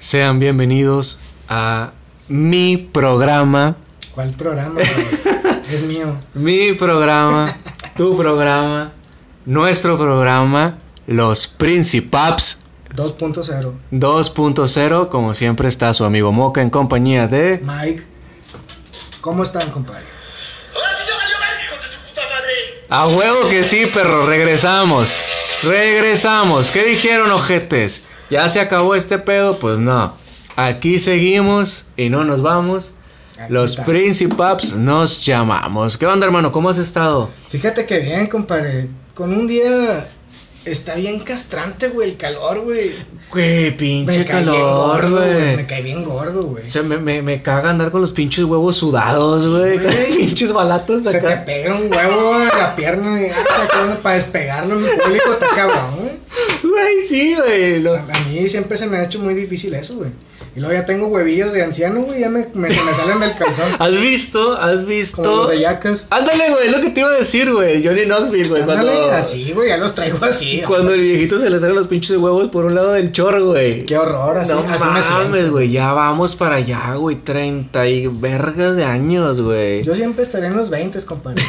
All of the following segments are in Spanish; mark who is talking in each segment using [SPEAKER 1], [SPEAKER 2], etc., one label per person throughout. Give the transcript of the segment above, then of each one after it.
[SPEAKER 1] Sean bienvenidos a mi programa.
[SPEAKER 2] ¿Cuál programa? güey? es mío.
[SPEAKER 1] Mi programa, tu programa, nuestro programa, Los Principaps
[SPEAKER 2] 2.0.
[SPEAKER 1] 2.0. Como siempre está su amigo Moca en compañía de...
[SPEAKER 2] Mike, ¿cómo están, compadre?
[SPEAKER 3] ¡Ahora sí ya valió madre, hijos de su puta madre!
[SPEAKER 1] A huevo que sí, perro, regresamos. Regresamos. ¿Qué dijeron, ojetes? ¿Ya se acabó este pedo? Pues no. Aquí seguimos y no nos vamos.
[SPEAKER 2] Aquí
[SPEAKER 1] Los
[SPEAKER 2] está.
[SPEAKER 1] Principaps nos llamamos. ¿Qué onda, hermano? ¿Cómo has estado?
[SPEAKER 2] Fíjate que bien, compadre. Con un día está bien castrante, güey, el calor, güey.
[SPEAKER 1] Güey, pinche
[SPEAKER 2] cae bien
[SPEAKER 1] calor,
[SPEAKER 2] gordo, Me
[SPEAKER 1] güey.
[SPEAKER 2] cae bien gordo, güey.
[SPEAKER 1] O sea, me, me, me caga andar con los pinches huevos sudados, güey.
[SPEAKER 2] Güey.
[SPEAKER 1] pinches balatos
[SPEAKER 2] Se te
[SPEAKER 1] acá.
[SPEAKER 2] pega un huevo en la pierna y ah, cabrón, para despegarlo en público está cabrón, güey.
[SPEAKER 1] Güey, sí, güey. lo-
[SPEAKER 2] A, a mí siempre se me ha hecho muy difícil eso, güey. Y luego ya tengo huevillos de anciano, güey, ya me, me- se me salen del calzón.
[SPEAKER 1] ¿Has visto? ¿Has
[SPEAKER 2] Como
[SPEAKER 1] visto?
[SPEAKER 2] los de yacas.
[SPEAKER 1] Ándale, güey, es lo que te iba a decir, güey. Johnny Knoxville, güey.
[SPEAKER 2] Ándale,
[SPEAKER 1] Cuando,
[SPEAKER 2] así, güey, ya los traigo así.
[SPEAKER 1] cuando el viejito se le salen los pinches huevos por un lado del chor, güey.
[SPEAKER 2] Qué horror, así,
[SPEAKER 1] no
[SPEAKER 2] así me siento.
[SPEAKER 1] mames, güey. Ya vamos para allá, güey. 30 y vergas de años, güey.
[SPEAKER 2] Yo siempre estaré en los 20, compadre.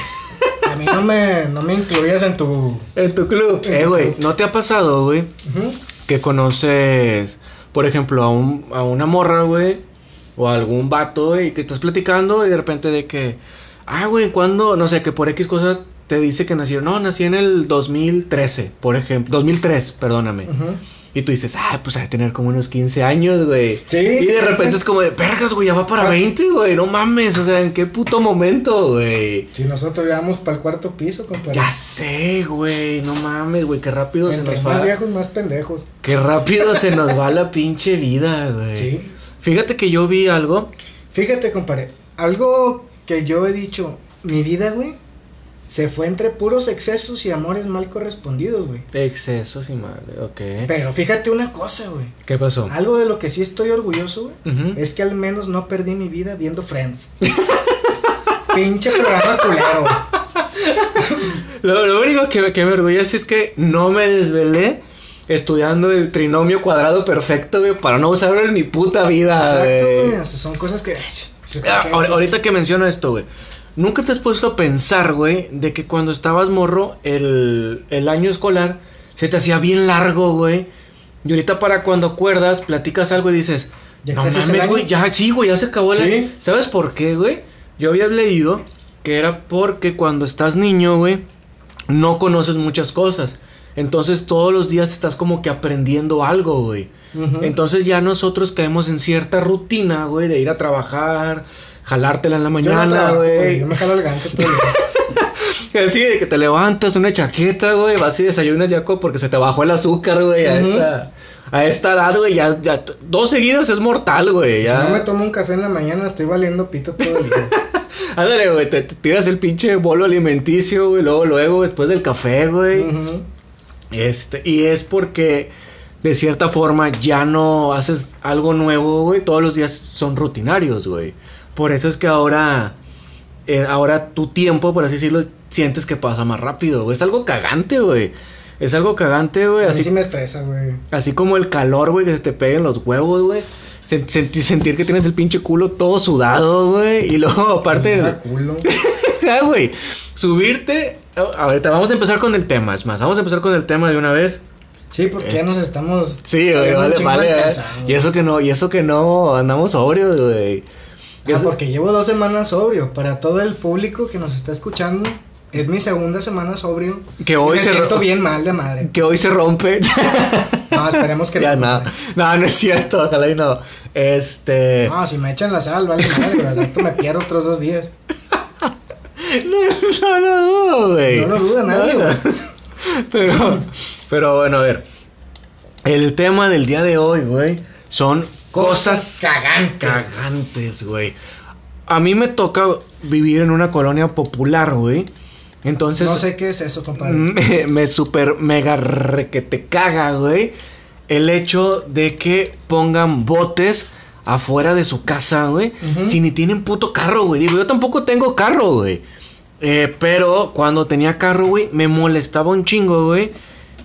[SPEAKER 2] A mí no me, no me incluías en tu.
[SPEAKER 1] En tu club.
[SPEAKER 2] En
[SPEAKER 1] Eh,
[SPEAKER 2] tu
[SPEAKER 1] güey,
[SPEAKER 2] club.
[SPEAKER 1] ¿no te ha pasado, güey?
[SPEAKER 2] Ujú.
[SPEAKER 1] que conoces, por ejemplo, a, un, a una morra, güey, o a algún vato, güey, que estás platicando y de repente de que, ah, güey, ¿cuándo? No sé, que por X cosa te dice que nació, no, nací en el 2013, por ejemplo, 2003, perdóname.
[SPEAKER 2] Ujú.
[SPEAKER 1] Y tú dices, ah, pues hay que tener como unos 15 años, güey.
[SPEAKER 2] Sí.
[SPEAKER 1] Y de repente es como de, vergas, güey, ya va para
[SPEAKER 2] Ah.
[SPEAKER 1] 20, güey, no mames, o sea, ¿en qué puto momento, güey?
[SPEAKER 2] Si nosotros íbamos para el cuarto piso, compadre.
[SPEAKER 1] Ya sé, güey, no mames, güey, qué rápido se
[SPEAKER 2] Entre
[SPEAKER 1] nos
[SPEAKER 2] más
[SPEAKER 1] va.
[SPEAKER 2] viejos, más pendejos.
[SPEAKER 1] Qué rápido se nos va la pinche vida, güey.
[SPEAKER 2] Sí.
[SPEAKER 1] Fíjate que yo vi algo.
[SPEAKER 2] Fíjate, compadre. Algo que yo he dicho. Mi vida, güey. Se fue entre puros excesos y amores mal correspondidos, güey.
[SPEAKER 1] Excesos y madre, ok.
[SPEAKER 2] Pero fíjate una cosa, güey.
[SPEAKER 1] ¿Qué pasó?
[SPEAKER 2] Algo de lo que sí estoy orgulloso, güey.
[SPEAKER 1] Ujú.
[SPEAKER 2] Ah, Es que al menos no perdí mi vida viendo Friends. Pinche programa culero, güey.
[SPEAKER 1] Lo, lo único que, me- que me orgullece es que no me desvelé estudiando el trinomio cuadrado perfecto, güey, para no usarlo en mi puta vida,
[SPEAKER 2] Exacto,
[SPEAKER 1] Ah, güey.
[SPEAKER 2] güey. O sea, son cosas que. ay, se- se-
[SPEAKER 1] Ah, ahor- Ahorita que menciono esto, güey. Nunca te has puesto a pensar, güey, de que cuando estabas morro, el, el año escolar se te hacía bien largo, güey. Y ahorita para cuando acuerdas, platicas algo y dices,
[SPEAKER 2] Ya
[SPEAKER 1] no
[SPEAKER 2] casi es el
[SPEAKER 1] mames,
[SPEAKER 2] año".
[SPEAKER 1] güey, ya, sí, güey, ya se acabó el
[SPEAKER 2] Sí.
[SPEAKER 1] año". ¿Sabes por qué, güey? Yo había leído que era porque cuando estás niño, güey, no conoces muchas cosas. Entonces todos los días estás como que aprendiendo algo, güey.
[SPEAKER 2] Ujú.
[SPEAKER 1] Entonces ya nosotros caemos en cierta rutina, güey, de ir a trabajar, jalártela en la
[SPEAKER 2] Yo no
[SPEAKER 1] mañana,
[SPEAKER 2] trabajo,
[SPEAKER 1] güey.
[SPEAKER 2] Yo me jalo el gancho todo el día.
[SPEAKER 1] Así de que te levantas una chaqueta, güey, vas y desayunas ya co- porque se te bajó el azúcar, güey, a
[SPEAKER 2] Ujú.
[SPEAKER 1] esta... A esta edad, güey, ya, ya t- dos seguidas es mortal, güey. Ya.
[SPEAKER 2] Si no me tomo un café en la mañana, estoy valiendo pito todo el día.
[SPEAKER 1] Ándale, güey, te, te tiras el pinche bolo alimenticio, güey, luego, luego, después del café, güey.
[SPEAKER 2] Ujú.
[SPEAKER 1] Este, y es porque de cierta forma ya no haces algo nuevo, güey. Todos los días son rutinarios, güey. Por eso es que ahora, eh, ahora tu tiempo, por así decirlo, sientes que pasa más rápido, güey. Es algo cagante, güey. Es algo cagante, güey.
[SPEAKER 2] A mí
[SPEAKER 1] Así,
[SPEAKER 2] sí me estresa, güey.
[SPEAKER 1] así como el calor, güey, que se te peguen los huevos, güey. Sen- senti- sentir que tienes el pinche culo todo sudado, güey. Y luego, aparte.
[SPEAKER 2] Me da culo.
[SPEAKER 1] Ah, güey. Subirte. oh, a- Ahorita vamos a empezar con el tema, es más. Vamos a empezar con el tema de una vez.
[SPEAKER 2] Sí, porque ya nos estamos.
[SPEAKER 1] Sí, güey,
[SPEAKER 2] saliendo un
[SPEAKER 1] vale,
[SPEAKER 2] chingo
[SPEAKER 1] vale.
[SPEAKER 2] del
[SPEAKER 1] eh.
[SPEAKER 2] calzado.
[SPEAKER 1] Y eso que no, y eso que no andamos sobrios, güey. Y
[SPEAKER 2] Ah,
[SPEAKER 1] eso-
[SPEAKER 2] porque llevo dos semanas sobrio. Para todo el público que nos está escuchando, es mi segunda semana sobrio.
[SPEAKER 1] Que
[SPEAKER 2] Y
[SPEAKER 1] hoy
[SPEAKER 2] me
[SPEAKER 1] se
[SPEAKER 2] siento
[SPEAKER 1] ro-
[SPEAKER 2] bien mal de madre.
[SPEAKER 1] Que hoy se rompe.
[SPEAKER 2] No, esperemos que
[SPEAKER 1] ya
[SPEAKER 2] no.
[SPEAKER 1] nada. No, no es cierto, ojalá y no. Este.
[SPEAKER 2] No, si me echan la sal, vale madre, güey. Al rato me pierdo otros dos días.
[SPEAKER 1] No, no, lo dudo, güey.
[SPEAKER 2] No lo duda nadie,
[SPEAKER 1] No, no.
[SPEAKER 2] güey.
[SPEAKER 1] Pero, pero bueno, a ver. El tema del día de hoy, güey, son cosas
[SPEAKER 2] cagantes.
[SPEAKER 1] cagantes, güey. A mí me toca vivir en una colonia popular, güey. Entonces.
[SPEAKER 2] No sé qué es eso, compadre.
[SPEAKER 1] me, me super mega re que te caga, güey. El hecho de que pongan botes afuera de su casa, güey.
[SPEAKER 2] Ujú.
[SPEAKER 1] Si ni tienen puto carro, güey. Digo, yo tampoco tengo carro, güey. Eh, pero cuando tenía carro, güey, me molestaba un chingo, güey.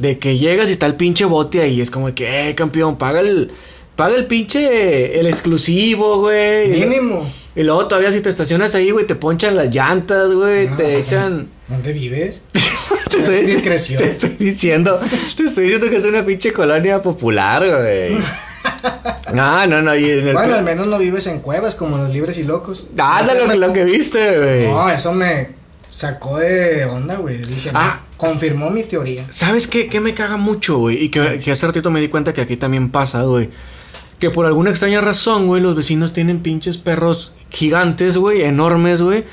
[SPEAKER 1] De que llegas y está el pinche bote ahí. Es como que, eh, campeón, paga el, Paga el pinche, el exclusivo, güey. Y-
[SPEAKER 2] Mínimo.
[SPEAKER 1] Y luego todavía si te estacionas ahí, güey, te ponchan las llantas, güey,
[SPEAKER 2] No,
[SPEAKER 1] te
[SPEAKER 2] pues,
[SPEAKER 1] echan...
[SPEAKER 2] ¿Dónde vives?
[SPEAKER 1] Te estoy,
[SPEAKER 2] Discreción.
[SPEAKER 1] te estoy diciendo, te estoy diciendo que es una pinche colonia popular, güey. No, no, no, y en el...
[SPEAKER 2] Bueno, al menos no vives en cuevas como los libres y locos.
[SPEAKER 1] Ah, de lo, lo que viste, güey.
[SPEAKER 2] No, eso me sacó de onda, güey. Dije,
[SPEAKER 1] Ah.
[SPEAKER 2] no, confirmó mi teoría.
[SPEAKER 1] ¿Sabes qué? Que me caga mucho, güey. Y que, que hace ratito me di cuenta que aquí también pasa, güey. Que por alguna extraña razón, güey, los vecinos tienen pinches perros gigantes, güey, enormes, güey.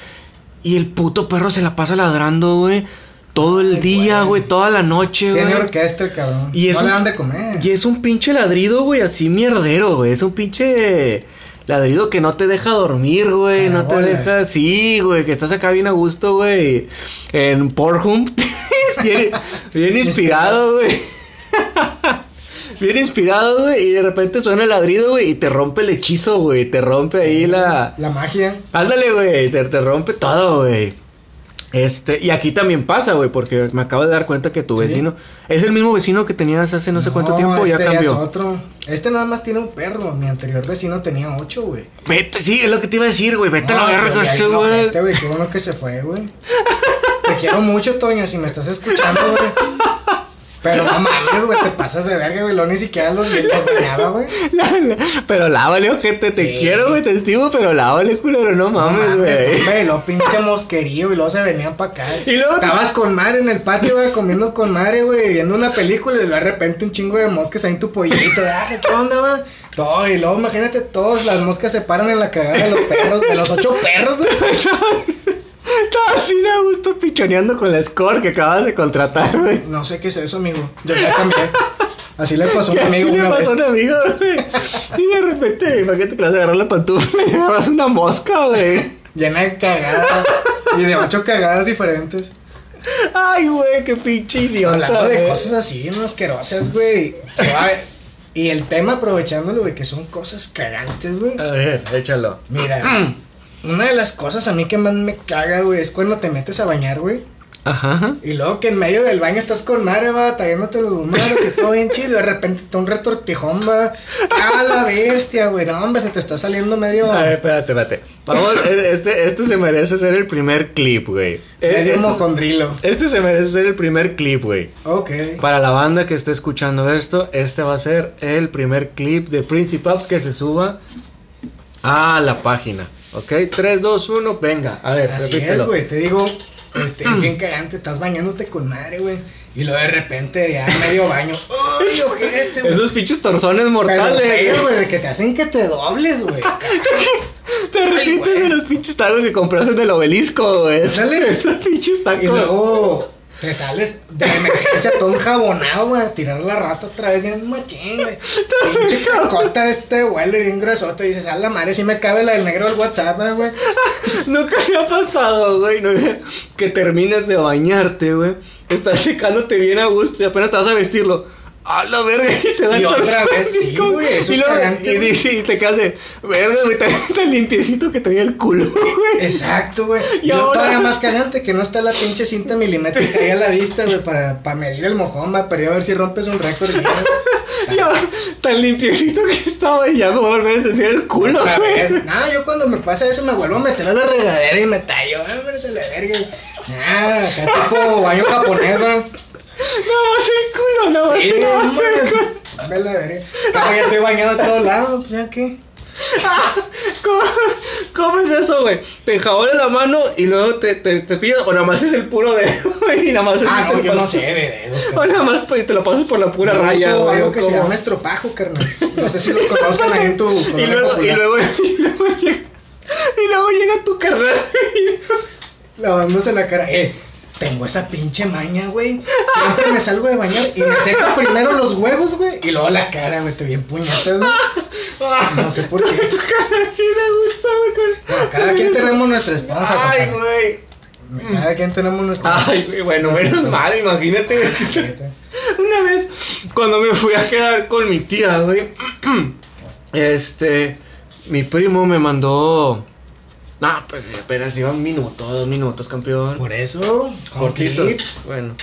[SPEAKER 1] Y el puto perro se la pasa ladrando, güey. Todo el
[SPEAKER 2] Ay,
[SPEAKER 1] día,
[SPEAKER 2] güey.
[SPEAKER 1] güey, toda la noche, güey.
[SPEAKER 2] Tiene orquesta el cabrón.
[SPEAKER 1] Y es
[SPEAKER 2] no le
[SPEAKER 1] un-
[SPEAKER 2] dan de comer.
[SPEAKER 1] Y es un pinche ladrido, güey, así mierdero, güey. Es un pinche ladrido que no te deja dormir, güey. No te
[SPEAKER 2] Carabolas.
[SPEAKER 1] deja. Sí, güey, que estás acá bien a gusto, güey. En Pornhub. bien, bien inspirado, güey. bien inspirado, güey. Y de repente suena el ladrido, güey. Y te rompe el hechizo, güey. Te rompe ahí la.
[SPEAKER 2] La magia.
[SPEAKER 1] Ándale, güey, te, te rompe todo, güey. Este, y aquí también pasa, güey, porque me acabo de dar cuenta que tu
[SPEAKER 2] Sí.
[SPEAKER 1] vecino es el mismo vecino que tenías hace no sé cuánto tiempo, ya
[SPEAKER 2] este
[SPEAKER 1] cambió.
[SPEAKER 2] es otro. Este nada más tiene un perro. Mi anterior vecino tenía ocho, güey.
[SPEAKER 1] Vete, sí, es lo que te iba a decir, güey, vete a
[SPEAKER 2] No,
[SPEAKER 1] la verga,
[SPEAKER 2] güey, ahí
[SPEAKER 1] ese,
[SPEAKER 2] no,
[SPEAKER 1] güey.
[SPEAKER 2] gente, güey, Qué bueno que se fue, güey. Te quiero mucho, Toño, si me estás escuchando, güey. Pero no mames, güey, te pasas de verga, güey. Lo ni siquiera los vientos nada, güey.
[SPEAKER 1] La- la- pero lávale, ojete, te
[SPEAKER 2] Sí.
[SPEAKER 1] quiero, güey, te estimo, pero lávale, culero, no
[SPEAKER 2] No
[SPEAKER 1] mames, güey.
[SPEAKER 2] Hombre, lo pinche mosquerío y luego se venían para acá.
[SPEAKER 1] Y luego-
[SPEAKER 2] Estabas con madre en el patio, güey, comiendo con madre, güey, viendo una película y de repente un chingo de moscas ahí en tu pollito. Ah, ¿Qué onda, güey? Todo, y luego imagínate, todas las moscas se paran en la cagada de los perros, de los ocho perros, güey.
[SPEAKER 1] Estaba así a gusto pichoneando con la score que acabas de contratar, güey.
[SPEAKER 2] No sé qué es eso, amigo. Yo ya cambié. Así le pasó a
[SPEAKER 1] Que
[SPEAKER 2] un este
[SPEAKER 1] así
[SPEAKER 2] amigo
[SPEAKER 1] le
[SPEAKER 2] una vez.
[SPEAKER 1] pasó a un amigo, güey. Y de repente, imagínate que le vas a agarrar la pantufla y agarras una mosca, güey.
[SPEAKER 2] Llena de cagadas. Y de ocho cagadas diferentes.
[SPEAKER 1] Ay, güey, qué pinche idiota.
[SPEAKER 2] Hablando de
[SPEAKER 1] güey.
[SPEAKER 2] cosas así, no asquerosas, güey. Te va a ver. Y el tema, aprovechándolo, güey, que son cosas cagantes, güey.
[SPEAKER 1] A ver, échalo.
[SPEAKER 2] Mira, una de las cosas a mí que más me caga, güey, es cuando te metes a bañar, güey.
[SPEAKER 1] Ajá.
[SPEAKER 2] Y luego que en medio del baño estás con madre, va, tallándote los humanos, que todo bien chido. y De repente te da un retortijón, va. A la bestia, güey. No, hombre, se te está saliendo medio.
[SPEAKER 1] A ver, espérate, espérate. Vamos, e- este, este se merece ser el primer clip, güey. E-
[SPEAKER 2] medio
[SPEAKER 1] Este,
[SPEAKER 2] mojondrilo.
[SPEAKER 1] este se merece ser el primer clip, güey.
[SPEAKER 2] Ok.
[SPEAKER 1] Para la banda que esté escuchando esto, este va a ser el primer clip de Principe Ups que se suba a la página. ¿Ok? 3, 2, 1, venga. A ver,
[SPEAKER 2] Así
[SPEAKER 1] repítelo.
[SPEAKER 2] es, güey. Te digo, este, es bien cagante. Estás bañándote con madre, güey. Y luego de repente ya medio baño. ¡Ay, ojete, güey!
[SPEAKER 1] Esos pinches torzones
[SPEAKER 2] Pero feos,
[SPEAKER 1] mortales.
[SPEAKER 2] güey, de que te hacen que te dobles, güey.
[SPEAKER 1] Te arrepientes
[SPEAKER 2] güey.
[SPEAKER 1] de los pinches tacos que compraste en el obelisco, güey.
[SPEAKER 2] Ándale.
[SPEAKER 1] Esos pinches tacos.
[SPEAKER 2] Y luego te sales de emergencia todo enjabonado, güey, a tirar la rata otra vez bien machín, güey. Pinche cacota de este huele bien gruesote. Y dices, a la madre, si me cabe la del negro del WhatsApp, eh, güey.
[SPEAKER 1] Nunca se ha pasado, güey, ¿no? que terminas de bañarte, güey. Estás secándote bien a gusto y apenas te vas a vestirlo. A la verga, y te da
[SPEAKER 2] Y
[SPEAKER 1] el
[SPEAKER 2] otra
[SPEAKER 1] torsón,
[SPEAKER 2] vez, sí,
[SPEAKER 1] hijo.
[SPEAKER 2] güey, eso
[SPEAKER 1] y,
[SPEAKER 2] es
[SPEAKER 1] luego-
[SPEAKER 2] cagante,
[SPEAKER 1] y
[SPEAKER 2] güey.
[SPEAKER 1] dices- y te quedas de verga, güey, tan, tan limpiecito que tenía el culo, güey.
[SPEAKER 2] Exacto, güey.
[SPEAKER 1] Y
[SPEAKER 2] Y luego
[SPEAKER 1] ahora-
[SPEAKER 2] todavía más cagante que no está la pinche cinta milimétrica ahí a la vista, güey, para, para medir el mojón, va, pero ya a ver si rompes un récord. güey.
[SPEAKER 1] Y ahora, tan limpiecito que estaba y ya me voy a volver a ensuciar el culo,
[SPEAKER 2] Otra vez.
[SPEAKER 1] güey.
[SPEAKER 2] No, yo cuando me pasa eso me vuelvo a meter a la regadera y me tallo. Ah, pero se la verga. Ah, acá tipo baño japonés, güey.
[SPEAKER 1] No más el culo, no más
[SPEAKER 2] Sí,
[SPEAKER 1] no más el
[SPEAKER 2] hombre,
[SPEAKER 1] culo.
[SPEAKER 2] me la veré. Ahora ya estoy bañado a todos lados, pues, ya qué.
[SPEAKER 1] ¿Cómo, cómo es eso, güey? Te enjabonas la mano y luego te, te, te pillas, o nada más es el puro dedo, güey, y nada más es
[SPEAKER 2] Ah,
[SPEAKER 1] que
[SPEAKER 2] no,
[SPEAKER 1] te
[SPEAKER 2] yo no
[SPEAKER 1] pasas-
[SPEAKER 2] sé de dedos,
[SPEAKER 1] O
[SPEAKER 2] carnal.
[SPEAKER 1] nada más pues, te lo pasas por la pura
[SPEAKER 2] Yo
[SPEAKER 1] raya,
[SPEAKER 2] uso
[SPEAKER 1] güey.
[SPEAKER 2] algo
[SPEAKER 1] o
[SPEAKER 2] que se
[SPEAKER 1] cómo.
[SPEAKER 2] llama estropajo, carnal. No sé si lo conozcan ahí en tu
[SPEAKER 1] y
[SPEAKER 2] colonia
[SPEAKER 1] luego, y
[SPEAKER 2] popular.
[SPEAKER 1] luego, y luego llega, y luego llega tu carnal.
[SPEAKER 2] lavándose la cara. Eh, tengo esa pinche maña, güey. Siempre me salgo de bañar y me seco primero los huevos, güey. Y luego la cara, güey. Te bien puñetas, güey. No sé por qué.
[SPEAKER 1] Tu carnal Ah, sí le gusta, güey.
[SPEAKER 2] Bueno, cada quien tenemos nuestra esponja.
[SPEAKER 1] Ay,
[SPEAKER 2] compadre.
[SPEAKER 1] güey.
[SPEAKER 2] Cada quien tenemos nuestra
[SPEAKER 1] Ay, güey, bueno, menos mal, imagínate, güey.
[SPEAKER 2] esponja.
[SPEAKER 1] Una vez, cuando me fui a quedar con mi tía, güey, este, mi primo me mandó. Ah, pues apenas iba un minuto, dos minutos, campeón.
[SPEAKER 2] Por eso, con
[SPEAKER 1] Cortitos.
[SPEAKER 2] clip.
[SPEAKER 1] Bueno.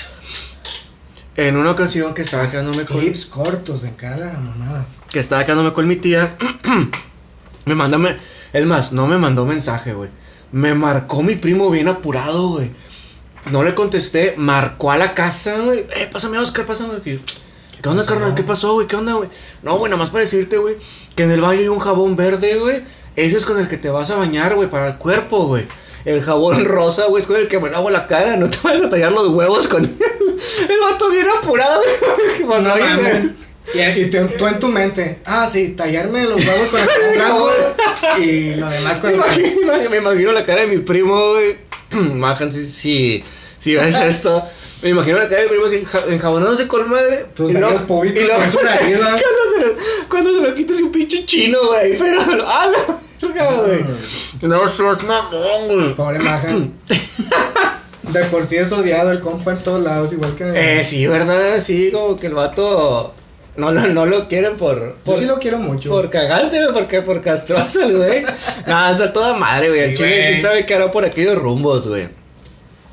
[SPEAKER 1] En una ocasión que estaba quedándome con,
[SPEAKER 2] Clips cortos de cada mamada.
[SPEAKER 1] que estaba quedándome con mi tía, me manda, me- es más, no me mandó mensaje, güey. Me marcó mi primo bien apurado, güey. No le contesté, marcó a la casa, güey. Eh, pásame, Oscar, pásame. aquí. ¿Qué onda,
[SPEAKER 2] pasó?
[SPEAKER 1] carnal? ¿Qué pasó, güey? ¿Qué onda, güey? No, güey, nada más para decirte, güey, que en el baño hay un jabón verde, güey. Ese es con el que te vas a bañar, güey, para el cuerpo, güey. El jabón rosa, güey, es con el que me lavo la cara. No te vayas a tallar los huevos con él. El vato bien apurado, güey.
[SPEAKER 2] No,
[SPEAKER 1] Bueno, oye, güey.
[SPEAKER 2] mames. y y te- tú en tu mente, ah, sí, tallarme los huevos con el clavo y lo demás con
[SPEAKER 1] Me
[SPEAKER 2] el
[SPEAKER 1] imagino, me imagino la cara de mi primo, güey. Majan, si, si, si ves esto. Me imagino la cara de mi primo así, ja- enjabonándose con madre.
[SPEAKER 2] Tus
[SPEAKER 1] y
[SPEAKER 2] labios públicos
[SPEAKER 1] y luego-
[SPEAKER 2] con su nariz, ¿no?
[SPEAKER 1] cuando, se lo, cuando se lo quites un pinche chino, güey. Pero, ¡ah, la verga, güey! No sos mamón, güey.
[SPEAKER 2] Pobre Majan. De por sí es odiado el compa en todos lados, igual que.
[SPEAKER 1] Eh, sí, ¿verdad? Sí, como que el vato... No, lo- no lo quieren por...
[SPEAKER 2] Yo
[SPEAKER 1] por
[SPEAKER 2] sí lo quiero mucho.
[SPEAKER 1] Por cagante, güey, porque por castroso, el güey. Nada, está toda madre, güey. El
[SPEAKER 2] Sí,
[SPEAKER 1] chile,
[SPEAKER 2] güey.
[SPEAKER 1] ¿quién sabe qué hará por aquellos rumbos, güey?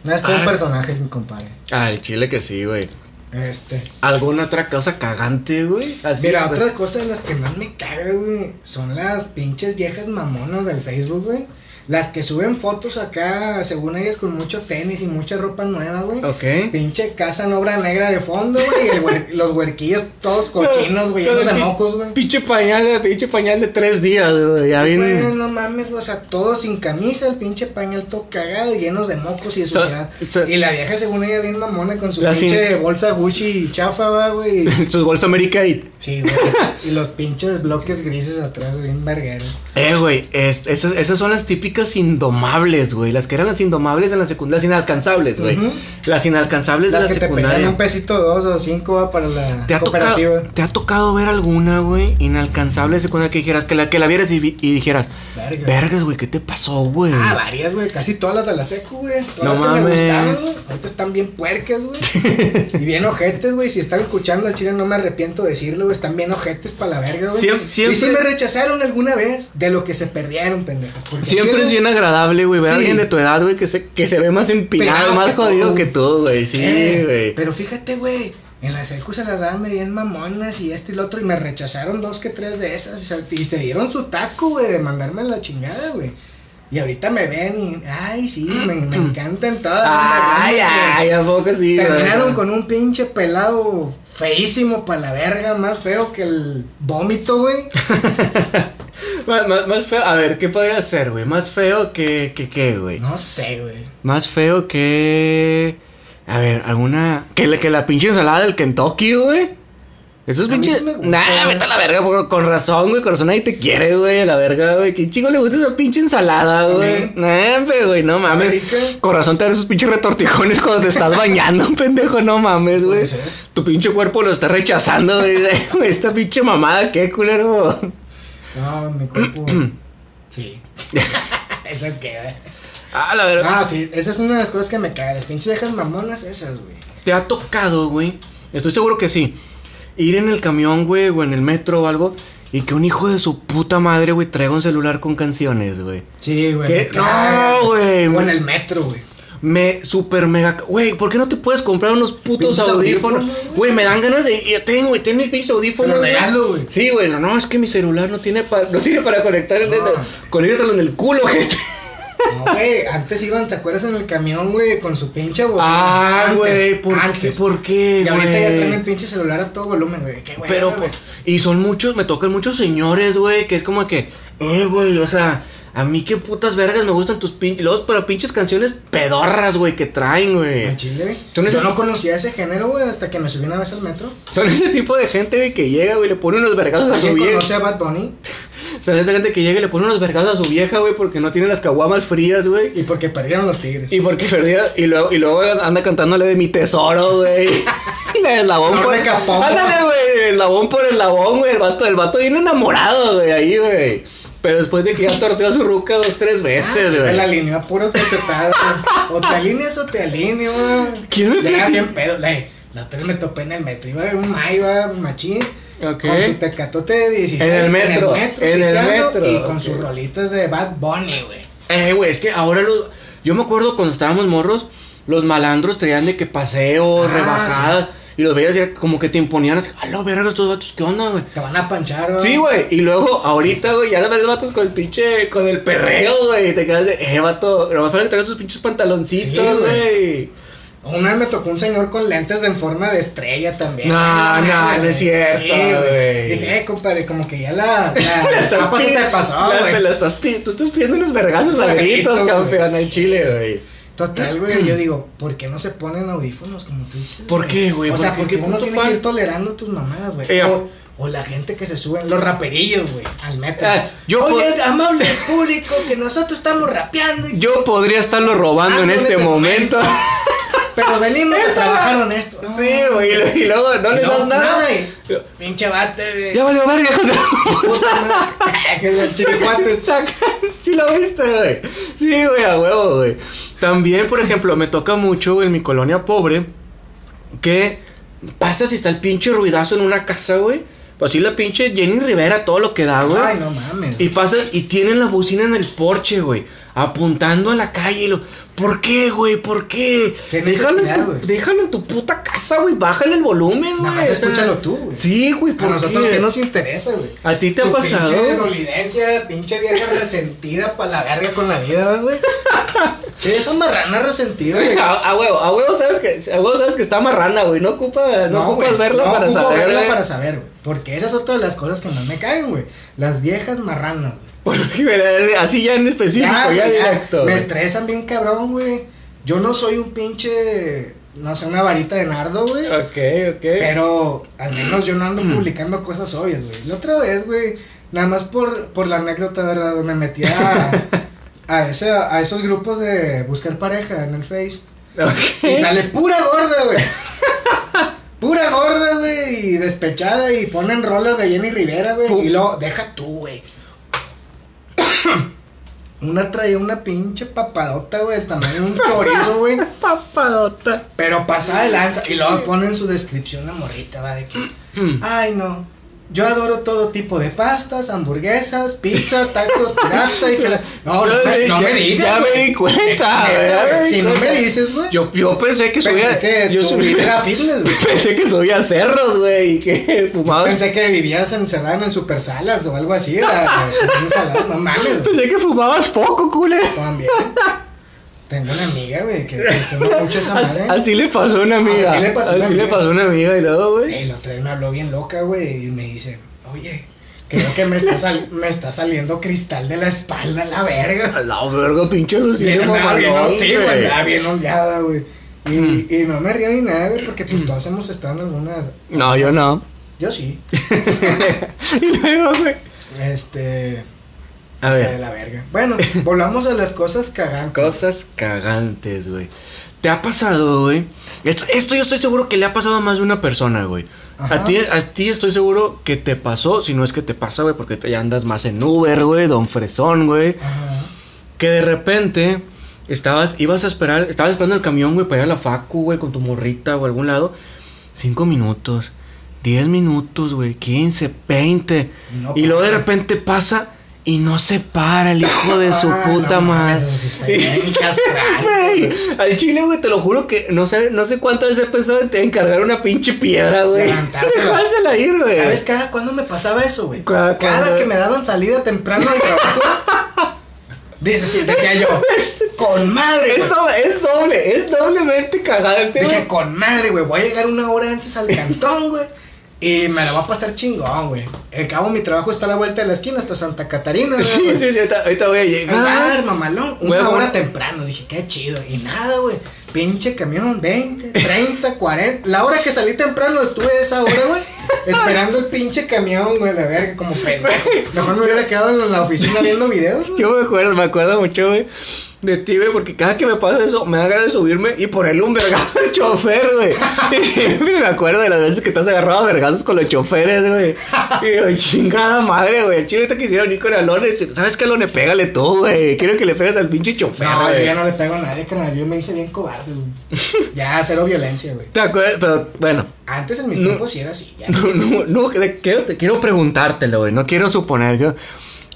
[SPEAKER 2] No es todo
[SPEAKER 1] Ah.
[SPEAKER 2] un personaje, mi compadre.
[SPEAKER 1] Ah, el chile que sí, güey.
[SPEAKER 2] Este.
[SPEAKER 1] ¿Alguna otra cosa cagante, güey? Así,
[SPEAKER 2] Mira,
[SPEAKER 1] pues,
[SPEAKER 2] otras cosas de las que más me caga, güey, son las pinches viejas mamonas del Facebook, güey. Las que suben fotos acá, según ellas, con mucho tenis y mucha ropa nueva, güey.
[SPEAKER 1] Ok.
[SPEAKER 2] Pinche casa en obra negra de fondo, güey. Y el huer- los huerquillos todos cochinos, güey,
[SPEAKER 1] Pero-
[SPEAKER 2] llenos de
[SPEAKER 1] pero pi-
[SPEAKER 2] mocos, güey.
[SPEAKER 1] Pinche pañal de, pinche pañal de tres días, güey. Ya
[SPEAKER 2] Güey,
[SPEAKER 1] bien.
[SPEAKER 2] no mames, o sea, todo sin camisa, el pinche pañal todo cagado, llenos de mocos y de
[SPEAKER 1] So-
[SPEAKER 2] suciedad.
[SPEAKER 1] so-
[SPEAKER 2] y la vieja, según ella, bien mamona con su
[SPEAKER 1] La sin-
[SPEAKER 2] pinche bolsa Gucci y chafa, va, güey.
[SPEAKER 1] Sus bolsas America y...
[SPEAKER 2] Sí, güey. y los pinches bloques grises atrás, bien vergueros.
[SPEAKER 1] Eh, güey, es- esas, esas son las típicas indomables, güey. Las que eran las indomables en la secundaria, las inalcanzables, güey.
[SPEAKER 2] Ujú.
[SPEAKER 1] Las inalcanzables
[SPEAKER 2] Las
[SPEAKER 1] de la
[SPEAKER 2] que te pedían
[SPEAKER 1] secundaria.
[SPEAKER 2] un pesito dos o cinco va, para la
[SPEAKER 1] ¿Te ha, tocado,
[SPEAKER 2] cooperativa.
[SPEAKER 1] ¿Te ha tocado ver alguna, güey? Inalcanzable de secundaria que dijeras, que la, que la vieras y, vi- y dijeras,
[SPEAKER 2] Verga.
[SPEAKER 1] vergas, güey, ¿qué te pasó, güey?
[SPEAKER 2] Ah, varias, güey. Casi todas las de la secu, güey. Todas
[SPEAKER 1] Mm. No
[SPEAKER 2] las que me
[SPEAKER 1] mames.
[SPEAKER 2] gustaban, güey. Ahorita están bien puercas, güey. y bien ojetes, güey. Si están escuchando al chile, no me arrepiento de decirlo, güey. Están bien ojetes para la verga, güey.
[SPEAKER 1] Siem-
[SPEAKER 2] Y
[SPEAKER 1] siempre-
[SPEAKER 2] si me rechazaron alguna vez de lo que se perdieron, pendejas. Porque
[SPEAKER 1] Siempre
[SPEAKER 2] al
[SPEAKER 1] es
[SPEAKER 2] chile,
[SPEAKER 1] bien agradable, güey, ver a
[SPEAKER 2] Sí.
[SPEAKER 1] alguien de tu edad, güey, que se, que se ve más empinado,
[SPEAKER 2] Pelado
[SPEAKER 1] más
[SPEAKER 2] que tú.
[SPEAKER 1] jodido que tú, güey. Sí,
[SPEAKER 2] eh,
[SPEAKER 1] güey.
[SPEAKER 2] Pero fíjate, güey. En la secu se las daban de bien mamonas y esto y lo otro. Y me rechazaron dos que tres de esas. Y, se- y te dieron su taco, güey, de mandarme a la chingada, güey. Y ahorita me ven y, ay, sí, me, me encantan todas.
[SPEAKER 1] Ay,
[SPEAKER 2] las mamonas,
[SPEAKER 1] ay,
[SPEAKER 2] güey.
[SPEAKER 1] ¿a poco sí, güey?
[SPEAKER 2] Terminaron con un pinche pelado feísimo para la verga, más feo que el vómito, güey.
[SPEAKER 1] Más, más- más feo, a ver, ¿qué podría ser, güey? Más feo que, que qué, güey.
[SPEAKER 2] No sé, güey.
[SPEAKER 1] Más feo que... A ver, alguna... Que la, que la pinche ensalada del Kentucky, güey. Eso es
[SPEAKER 2] A mí
[SPEAKER 1] pinche...
[SPEAKER 2] sí me gusta,
[SPEAKER 1] Nah,
[SPEAKER 2] güey.
[SPEAKER 1] vete a la verga, por- con razón, güey. Con razón nadie te quiere, güey, a la verga, güey. ¿Qué chingo le gusta esa pinche ensalada,
[SPEAKER 2] A mí.
[SPEAKER 1] güey? Nah, hombre, güey, no mames.
[SPEAKER 2] rica.
[SPEAKER 1] Con razón te dan esos pinches retortijones cuando te estás bañando, pendejo, no mames, güey.
[SPEAKER 2] Puede ser.
[SPEAKER 1] Tu pinche cuerpo lo está rechazando, güey. Güey, Esta pinche mamada, qué culero.
[SPEAKER 2] No, mi cuerpo. sí. Eso qué, güey.
[SPEAKER 1] Ah, la verga.
[SPEAKER 2] Ah, sí, esa es una de las cosas que me cae. Las pinches viejas mamonas esas, güey.
[SPEAKER 1] ¿Te ha tocado, güey? Estoy seguro que sí. Ir en el camión, güey, o en el metro o algo, y que un hijo de su puta madre, güey, traiga un celular con canciones, güey.
[SPEAKER 2] Sí, güey.
[SPEAKER 1] ¿Qué?
[SPEAKER 2] me caga.
[SPEAKER 1] No, güey.
[SPEAKER 2] O en el metro, güey.
[SPEAKER 1] Me super mega. Güey, ¿por qué no te puedes comprar unos putos
[SPEAKER 2] Pinches
[SPEAKER 1] audífonos?
[SPEAKER 2] audífonos,
[SPEAKER 1] Güey, me dan ganas de. Ya tengo, güey, tengo mis pinches audífonos.
[SPEAKER 2] Te los
[SPEAKER 1] güey.
[SPEAKER 2] regalo, güey.
[SPEAKER 1] Sí, güey, no, no, es que mi celular no tiene para, no tiene para conectar el
[SPEAKER 2] No.
[SPEAKER 1] dedo. Conéctatelo en el culo, gente.
[SPEAKER 2] No, güey. Antes iban, ¿te acuerdas en el camión, güey? Con su pinche bocina.
[SPEAKER 1] Ah,
[SPEAKER 2] Pues Antes,
[SPEAKER 1] güey, ¿por qué?
[SPEAKER 2] antes.
[SPEAKER 1] ¿Por qué,
[SPEAKER 2] Y ahorita ya
[SPEAKER 1] güey?
[SPEAKER 2] traen el pinche celular a todo volumen, güey. Qué güey.
[SPEAKER 1] Pero, pues, y son muchos, me tocan muchos señores, güey, que es como que, eh, güey, o sea, a mí qué putas vergas me gustan tus pinches, los para pinches canciones pedorras, güey, que traen,
[SPEAKER 2] Al
[SPEAKER 1] güey.
[SPEAKER 2] chile, güey.
[SPEAKER 1] Tú no
[SPEAKER 2] Eh, Yo
[SPEAKER 1] sabes-
[SPEAKER 2] no conocía ese género, güey, hasta que me subí una vez al metro.
[SPEAKER 1] Son ese tipo de gente, güey, que llega, güey, le pone unos vergazos a su
[SPEAKER 2] ¿Alguien
[SPEAKER 1] vieja.
[SPEAKER 2] conoce a Bad Bunny?
[SPEAKER 1] Son esa gente que llega y le pone unos vergazos a su vieja, güey, porque no tiene las caguamas frías, güey.
[SPEAKER 2] Y porque perdieron los tigres.
[SPEAKER 1] Y porque perdía, y luego, y luego anda cantándole de mi tesoro, güey. Y la eslabón
[SPEAKER 2] Flor
[SPEAKER 1] por...
[SPEAKER 2] de Acapulco.
[SPEAKER 1] Ándale, güey, eslabón por eslabón, güey. El vato, el vato viene enamorado, güey, ahí, güey. Pero después de que ya torteó a su ruca dos, tres veces,
[SPEAKER 2] Me
[SPEAKER 1] güey.
[SPEAKER 2] Ah, la alineó puros cachetadas. güey. o te alineas o te alineo, güey.
[SPEAKER 1] ¿Quién me
[SPEAKER 2] Llega
[SPEAKER 1] platica?
[SPEAKER 2] bien pedo. La, la otra vez me topé en el metro. Iba a ver un mayo, iba machín.
[SPEAKER 1] Ok.
[SPEAKER 2] Con su tecatote de 16.
[SPEAKER 1] En el metro, en el
[SPEAKER 2] pisteando,
[SPEAKER 1] metro,
[SPEAKER 2] Y con
[SPEAKER 1] ok.
[SPEAKER 2] sus rolitas de Bad Bunny, güey.
[SPEAKER 1] Eh, güey, es que ahora los... Yo me acuerdo cuando estábamos morros, los malandros traían de que paseos,
[SPEAKER 2] Ah,
[SPEAKER 1] rebajadas. Y los veías y era como que te imponían así, a la verga, estos vatos, ¿qué onda, güey?
[SPEAKER 2] Te van a panchar, güey.
[SPEAKER 1] Sí, güey. Y luego, ahorita, güey, ya los ves vatos con el pinche, con el perreo, güey. y Te quedas de, eh, vato, nomás falta traer sus pinches
[SPEAKER 2] Sí,
[SPEAKER 1] pantaloncitos,
[SPEAKER 2] güey.
[SPEAKER 1] güey.
[SPEAKER 2] Una vez me tocó un señor con lentes de- en forma de estrella también.
[SPEAKER 1] No,
[SPEAKER 2] Ah,
[SPEAKER 1] no,
[SPEAKER 2] güey.
[SPEAKER 1] no es cierto, güey.
[SPEAKER 2] Dije, eh, compadre, como que ya la, la, la
[SPEAKER 1] Las
[SPEAKER 2] tapa se te
[SPEAKER 1] pi-
[SPEAKER 2] pasó,
[SPEAKER 1] las-
[SPEAKER 2] güey.
[SPEAKER 1] te las estás pi- Tú estás pidiendo unos vergazos
[SPEAKER 2] Un
[SPEAKER 1] a gritos,
[SPEAKER 2] vergajito,
[SPEAKER 1] campeón, al chile, güey.
[SPEAKER 2] Total, güey, yo digo, ¿por qué no se ponen audífonos como tú dices?
[SPEAKER 1] ¿Por qué, güey?
[SPEAKER 2] O sea,
[SPEAKER 1] ¿Por
[SPEAKER 2] porque
[SPEAKER 1] qué?
[SPEAKER 2] uno
[SPEAKER 1] ¿Punto
[SPEAKER 2] tiene
[SPEAKER 1] fan?
[SPEAKER 2] que ir tolerando tus mamadas, güey.
[SPEAKER 1] Eh,
[SPEAKER 2] o, o la gente que se suben, los raperillos, güey, al metro.
[SPEAKER 1] Ah, yo
[SPEAKER 2] Oye,
[SPEAKER 1] por-
[SPEAKER 2] amable público, que nosotros estamos rapeando y
[SPEAKER 1] Yo podría estarlo robando
[SPEAKER 2] Ah,
[SPEAKER 1] en
[SPEAKER 2] no,
[SPEAKER 1] este
[SPEAKER 2] neta.
[SPEAKER 1] momento.
[SPEAKER 2] Pero venimos a trabajar honesto.
[SPEAKER 1] Sí, güey, y lo- y luego no
[SPEAKER 2] No,
[SPEAKER 1] les das nada.
[SPEAKER 2] y- Pinche bate, güey.
[SPEAKER 1] Ya valió verga.
[SPEAKER 2] Puta madre. Que los chiricuates.
[SPEAKER 1] Saca- Sí lo viste, güey. Sí, güey, a huevo, güey. También, por ejemplo, me toca mucho güey, en mi colonia pobre que pasa si está el pinche ruidazo en una casa, güey. Pues así la pinche Jenny Rivera, todo lo que da, güey.
[SPEAKER 2] Ay, no mames.
[SPEAKER 1] Y pasa y tienen la bocina en el porche, güey. Apuntando a la calle. y Lo, ¿Por qué, güey? ¿Por qué?
[SPEAKER 2] Qué
[SPEAKER 1] déjalo, en
[SPEAKER 2] necesidad,
[SPEAKER 1] tu-
[SPEAKER 2] güey.
[SPEAKER 1] déjalo en tu puta casa, güey. Bájale el volumen, güey.
[SPEAKER 2] Nada más
[SPEAKER 1] o sea.
[SPEAKER 2] escúchalo tú, güey.
[SPEAKER 1] Sí, güey,
[SPEAKER 2] A
[SPEAKER 1] ¿por
[SPEAKER 2] nosotros
[SPEAKER 1] qué?
[SPEAKER 2] que nos interesa, güey.
[SPEAKER 1] ¿A ti te ha
[SPEAKER 2] Tu
[SPEAKER 1] pasado?
[SPEAKER 2] Pinche dolidencia, pinche vieja resentida pa' la verga con la vida, güey. Che, vieja marrana resentida, güey.
[SPEAKER 1] A, a huevo, a huevo sabes que, a huevo sabes que está marrana, güey. No ocupa, no, ocupas
[SPEAKER 2] güey,
[SPEAKER 1] verla
[SPEAKER 2] no
[SPEAKER 1] para
[SPEAKER 2] ocupo
[SPEAKER 1] saber.
[SPEAKER 2] verla
[SPEAKER 1] güey.
[SPEAKER 2] para saber, güey. Porque esa es otra de las cosas que más me caen, güey. Las viejas marranas, güey.
[SPEAKER 1] Porque, mira, así ya en específico, ya,
[SPEAKER 2] güey, ya.
[SPEAKER 1] directo.
[SPEAKER 2] Me
[SPEAKER 1] güey.
[SPEAKER 2] estresan bien cabrón, güey. Yo no soy un pinche, no sé, una varita de nardo, güey.
[SPEAKER 1] Ok, ok.
[SPEAKER 2] Pero al menos yo no ando
[SPEAKER 1] Mm.
[SPEAKER 2] publicando cosas obvias, güey. La otra vez, güey, nada más por, por la anécdota, ¿verdad? Me metí a, a, ese, a esos grupos de buscar pareja en el Face.
[SPEAKER 1] Ok.
[SPEAKER 2] Y sale pura gorda, güey. Pura gorda, güey, y despechada, y ponen rolas de Jenny Rivera,
[SPEAKER 1] Pu-
[SPEAKER 2] güey. Y luego, deja tú, güey. Una traía una pinche papadota, güey, el tamaño de un chorizo, güey.
[SPEAKER 1] Papadota.
[SPEAKER 2] Pero pasada de lanza. Y luego ponen su descripción la morrita, va, de que.
[SPEAKER 1] Mm.
[SPEAKER 2] Ay, no. Yo adoro todo tipo de pastas, hamburguesas, pizza, tacos, pirata y que la- No, no, me- no
[SPEAKER 1] Ya-
[SPEAKER 2] me digas.
[SPEAKER 1] Ya me
[SPEAKER 2] güey.
[SPEAKER 1] di cuenta, güey,
[SPEAKER 2] Neta,
[SPEAKER 1] ya
[SPEAKER 2] güey,
[SPEAKER 1] di
[SPEAKER 2] Si no
[SPEAKER 1] cuenta.
[SPEAKER 2] me dices, güey.
[SPEAKER 1] Yo, yo pensé que subía.
[SPEAKER 2] Pensé que
[SPEAKER 1] yo
[SPEAKER 2] tu
[SPEAKER 1] subí-
[SPEAKER 2] vida era fitness, güey.
[SPEAKER 1] pensé que subía cerros, güey. Y que fumaba. Pensé,
[SPEAKER 2] Pensé que vivías encerrado en supersalas o algo así. era- en un salón, no mames, güey.
[SPEAKER 1] que fumabas poco, culero.
[SPEAKER 2] También. Tengo una amiga, güey, que que fuma mucho esa
[SPEAKER 1] Así,
[SPEAKER 2] madre.
[SPEAKER 1] así le pasó a una amiga.
[SPEAKER 2] Así le pasó a una
[SPEAKER 1] Así le
[SPEAKER 2] amiga. Eh,
[SPEAKER 1] pasó a una amiga y luego, güey.
[SPEAKER 2] Y la otra vez me habló bien loca, güey, y me dice, oye, creo que me está, sal- me está saliendo cristal de la espalda, la verga.
[SPEAKER 1] A la verga, pinche
[SPEAKER 2] Bien,
[SPEAKER 1] Lucía.
[SPEAKER 2] andaba bien,
[SPEAKER 1] mamalón,
[SPEAKER 2] sí, güey,
[SPEAKER 1] güey. Mm.
[SPEAKER 2] andaba bien ondeada, güey. Y, y no me río ni nada, güey, porque pues todos hemos estado en alguna...
[SPEAKER 1] No, yo no.
[SPEAKER 2] Yo sí.
[SPEAKER 1] y luego, güey.
[SPEAKER 2] Este...
[SPEAKER 1] A
[SPEAKER 2] De
[SPEAKER 1] ver,
[SPEAKER 2] la verga. Bueno, volvamos a las cosas cagantes.
[SPEAKER 1] cosas cagantes, güey. ¿Te ha pasado, güey? Esto, esto yo estoy seguro que le ha pasado a más de una persona, güey. A
[SPEAKER 2] Ajá.
[SPEAKER 1] ti, a ti estoy seguro que te pasó, si no es que te pasa, güey, porque ya andas más en Uber, güey, Don Fresón, güey.
[SPEAKER 2] Ajá.
[SPEAKER 1] Que de repente estabas, ibas a esperar, estabas esperando el camión, güey, para ir a la facu, güey, con tu morrita o algún lado. Cinco minutos, diez minutos, güey, quince, veinte.
[SPEAKER 2] No pues,
[SPEAKER 1] y luego de
[SPEAKER 2] pasa.
[SPEAKER 1] repente pasa y no se para el hijo de su
[SPEAKER 2] Ah,
[SPEAKER 1] puta
[SPEAKER 2] no
[SPEAKER 1] madre.
[SPEAKER 2] mames, eso sí está bien castrante,
[SPEAKER 1] Güey, al chile, güey, te lo juro que no sé, no sé cuántas veces he pensado en en cargar una pinche piedra, güey.
[SPEAKER 2] Levantársela.
[SPEAKER 1] Dejársela ir, güey.
[SPEAKER 2] ¿Sabes cada cuándo me pasaba eso, güey?
[SPEAKER 1] Cada-
[SPEAKER 2] Cada,
[SPEAKER 1] cuando-
[SPEAKER 2] que me daban salida temprano del trabajo. dice, sí, decía yo, con madre.
[SPEAKER 1] Es
[SPEAKER 2] güey".
[SPEAKER 1] doble, es doble, es doblemente cagante, güey.
[SPEAKER 2] Dije, con madre, güey, voy a llegar una hora antes al cantón, güey. Y me la va a pasar chingón, güey. El cabo, mi trabajo está a la vuelta de la esquina hasta Santa Catarina, Pues,
[SPEAKER 1] Sí,
[SPEAKER 2] güey.
[SPEAKER 1] sí, sí, ahorita, ahorita voy a
[SPEAKER 2] Ah,
[SPEAKER 1] llegar.
[SPEAKER 2] mamalón, una
[SPEAKER 1] Huevo.
[SPEAKER 2] hora temprano. Dije, qué chido. Y nada, güey. Pinche camión, 20, 30, 40. La hora que salí temprano estuve esa hora, güey. Esperando el pinche camión, güey, la verga, como pendejo. Mejor me hubiera quedado en la oficina viendo videos, güey.
[SPEAKER 1] Yo me acuerdo, me acuerdo mucho, güey, de ti, güey, porque cada que me pasa eso, me haga de subirme y ponerle un vergazo al chofer, güey. Y siempre me acuerdo de las veces que te has agarrado a vergazos con los choferes, güey. Y digo, chingada madre, güey. Chile, te quisieron ir con Alones. ¿Sabes qué, Alone? Pégale tú, güey. Quiero que le pegues al pinche chofer,
[SPEAKER 2] No, yo
[SPEAKER 1] güey.
[SPEAKER 2] ya no le pego a nadie, carnal. Yo me hice bien cobarde, güey. Ya, cero violencia, güey.
[SPEAKER 1] ¿Te acuerdas? Pero, bueno,
[SPEAKER 2] Antes en mis
[SPEAKER 1] No.
[SPEAKER 2] tiempos sí era así, ya.
[SPEAKER 1] No, no, no, de- quiero, te quiero preguntártelo, güey. No quiero suponer que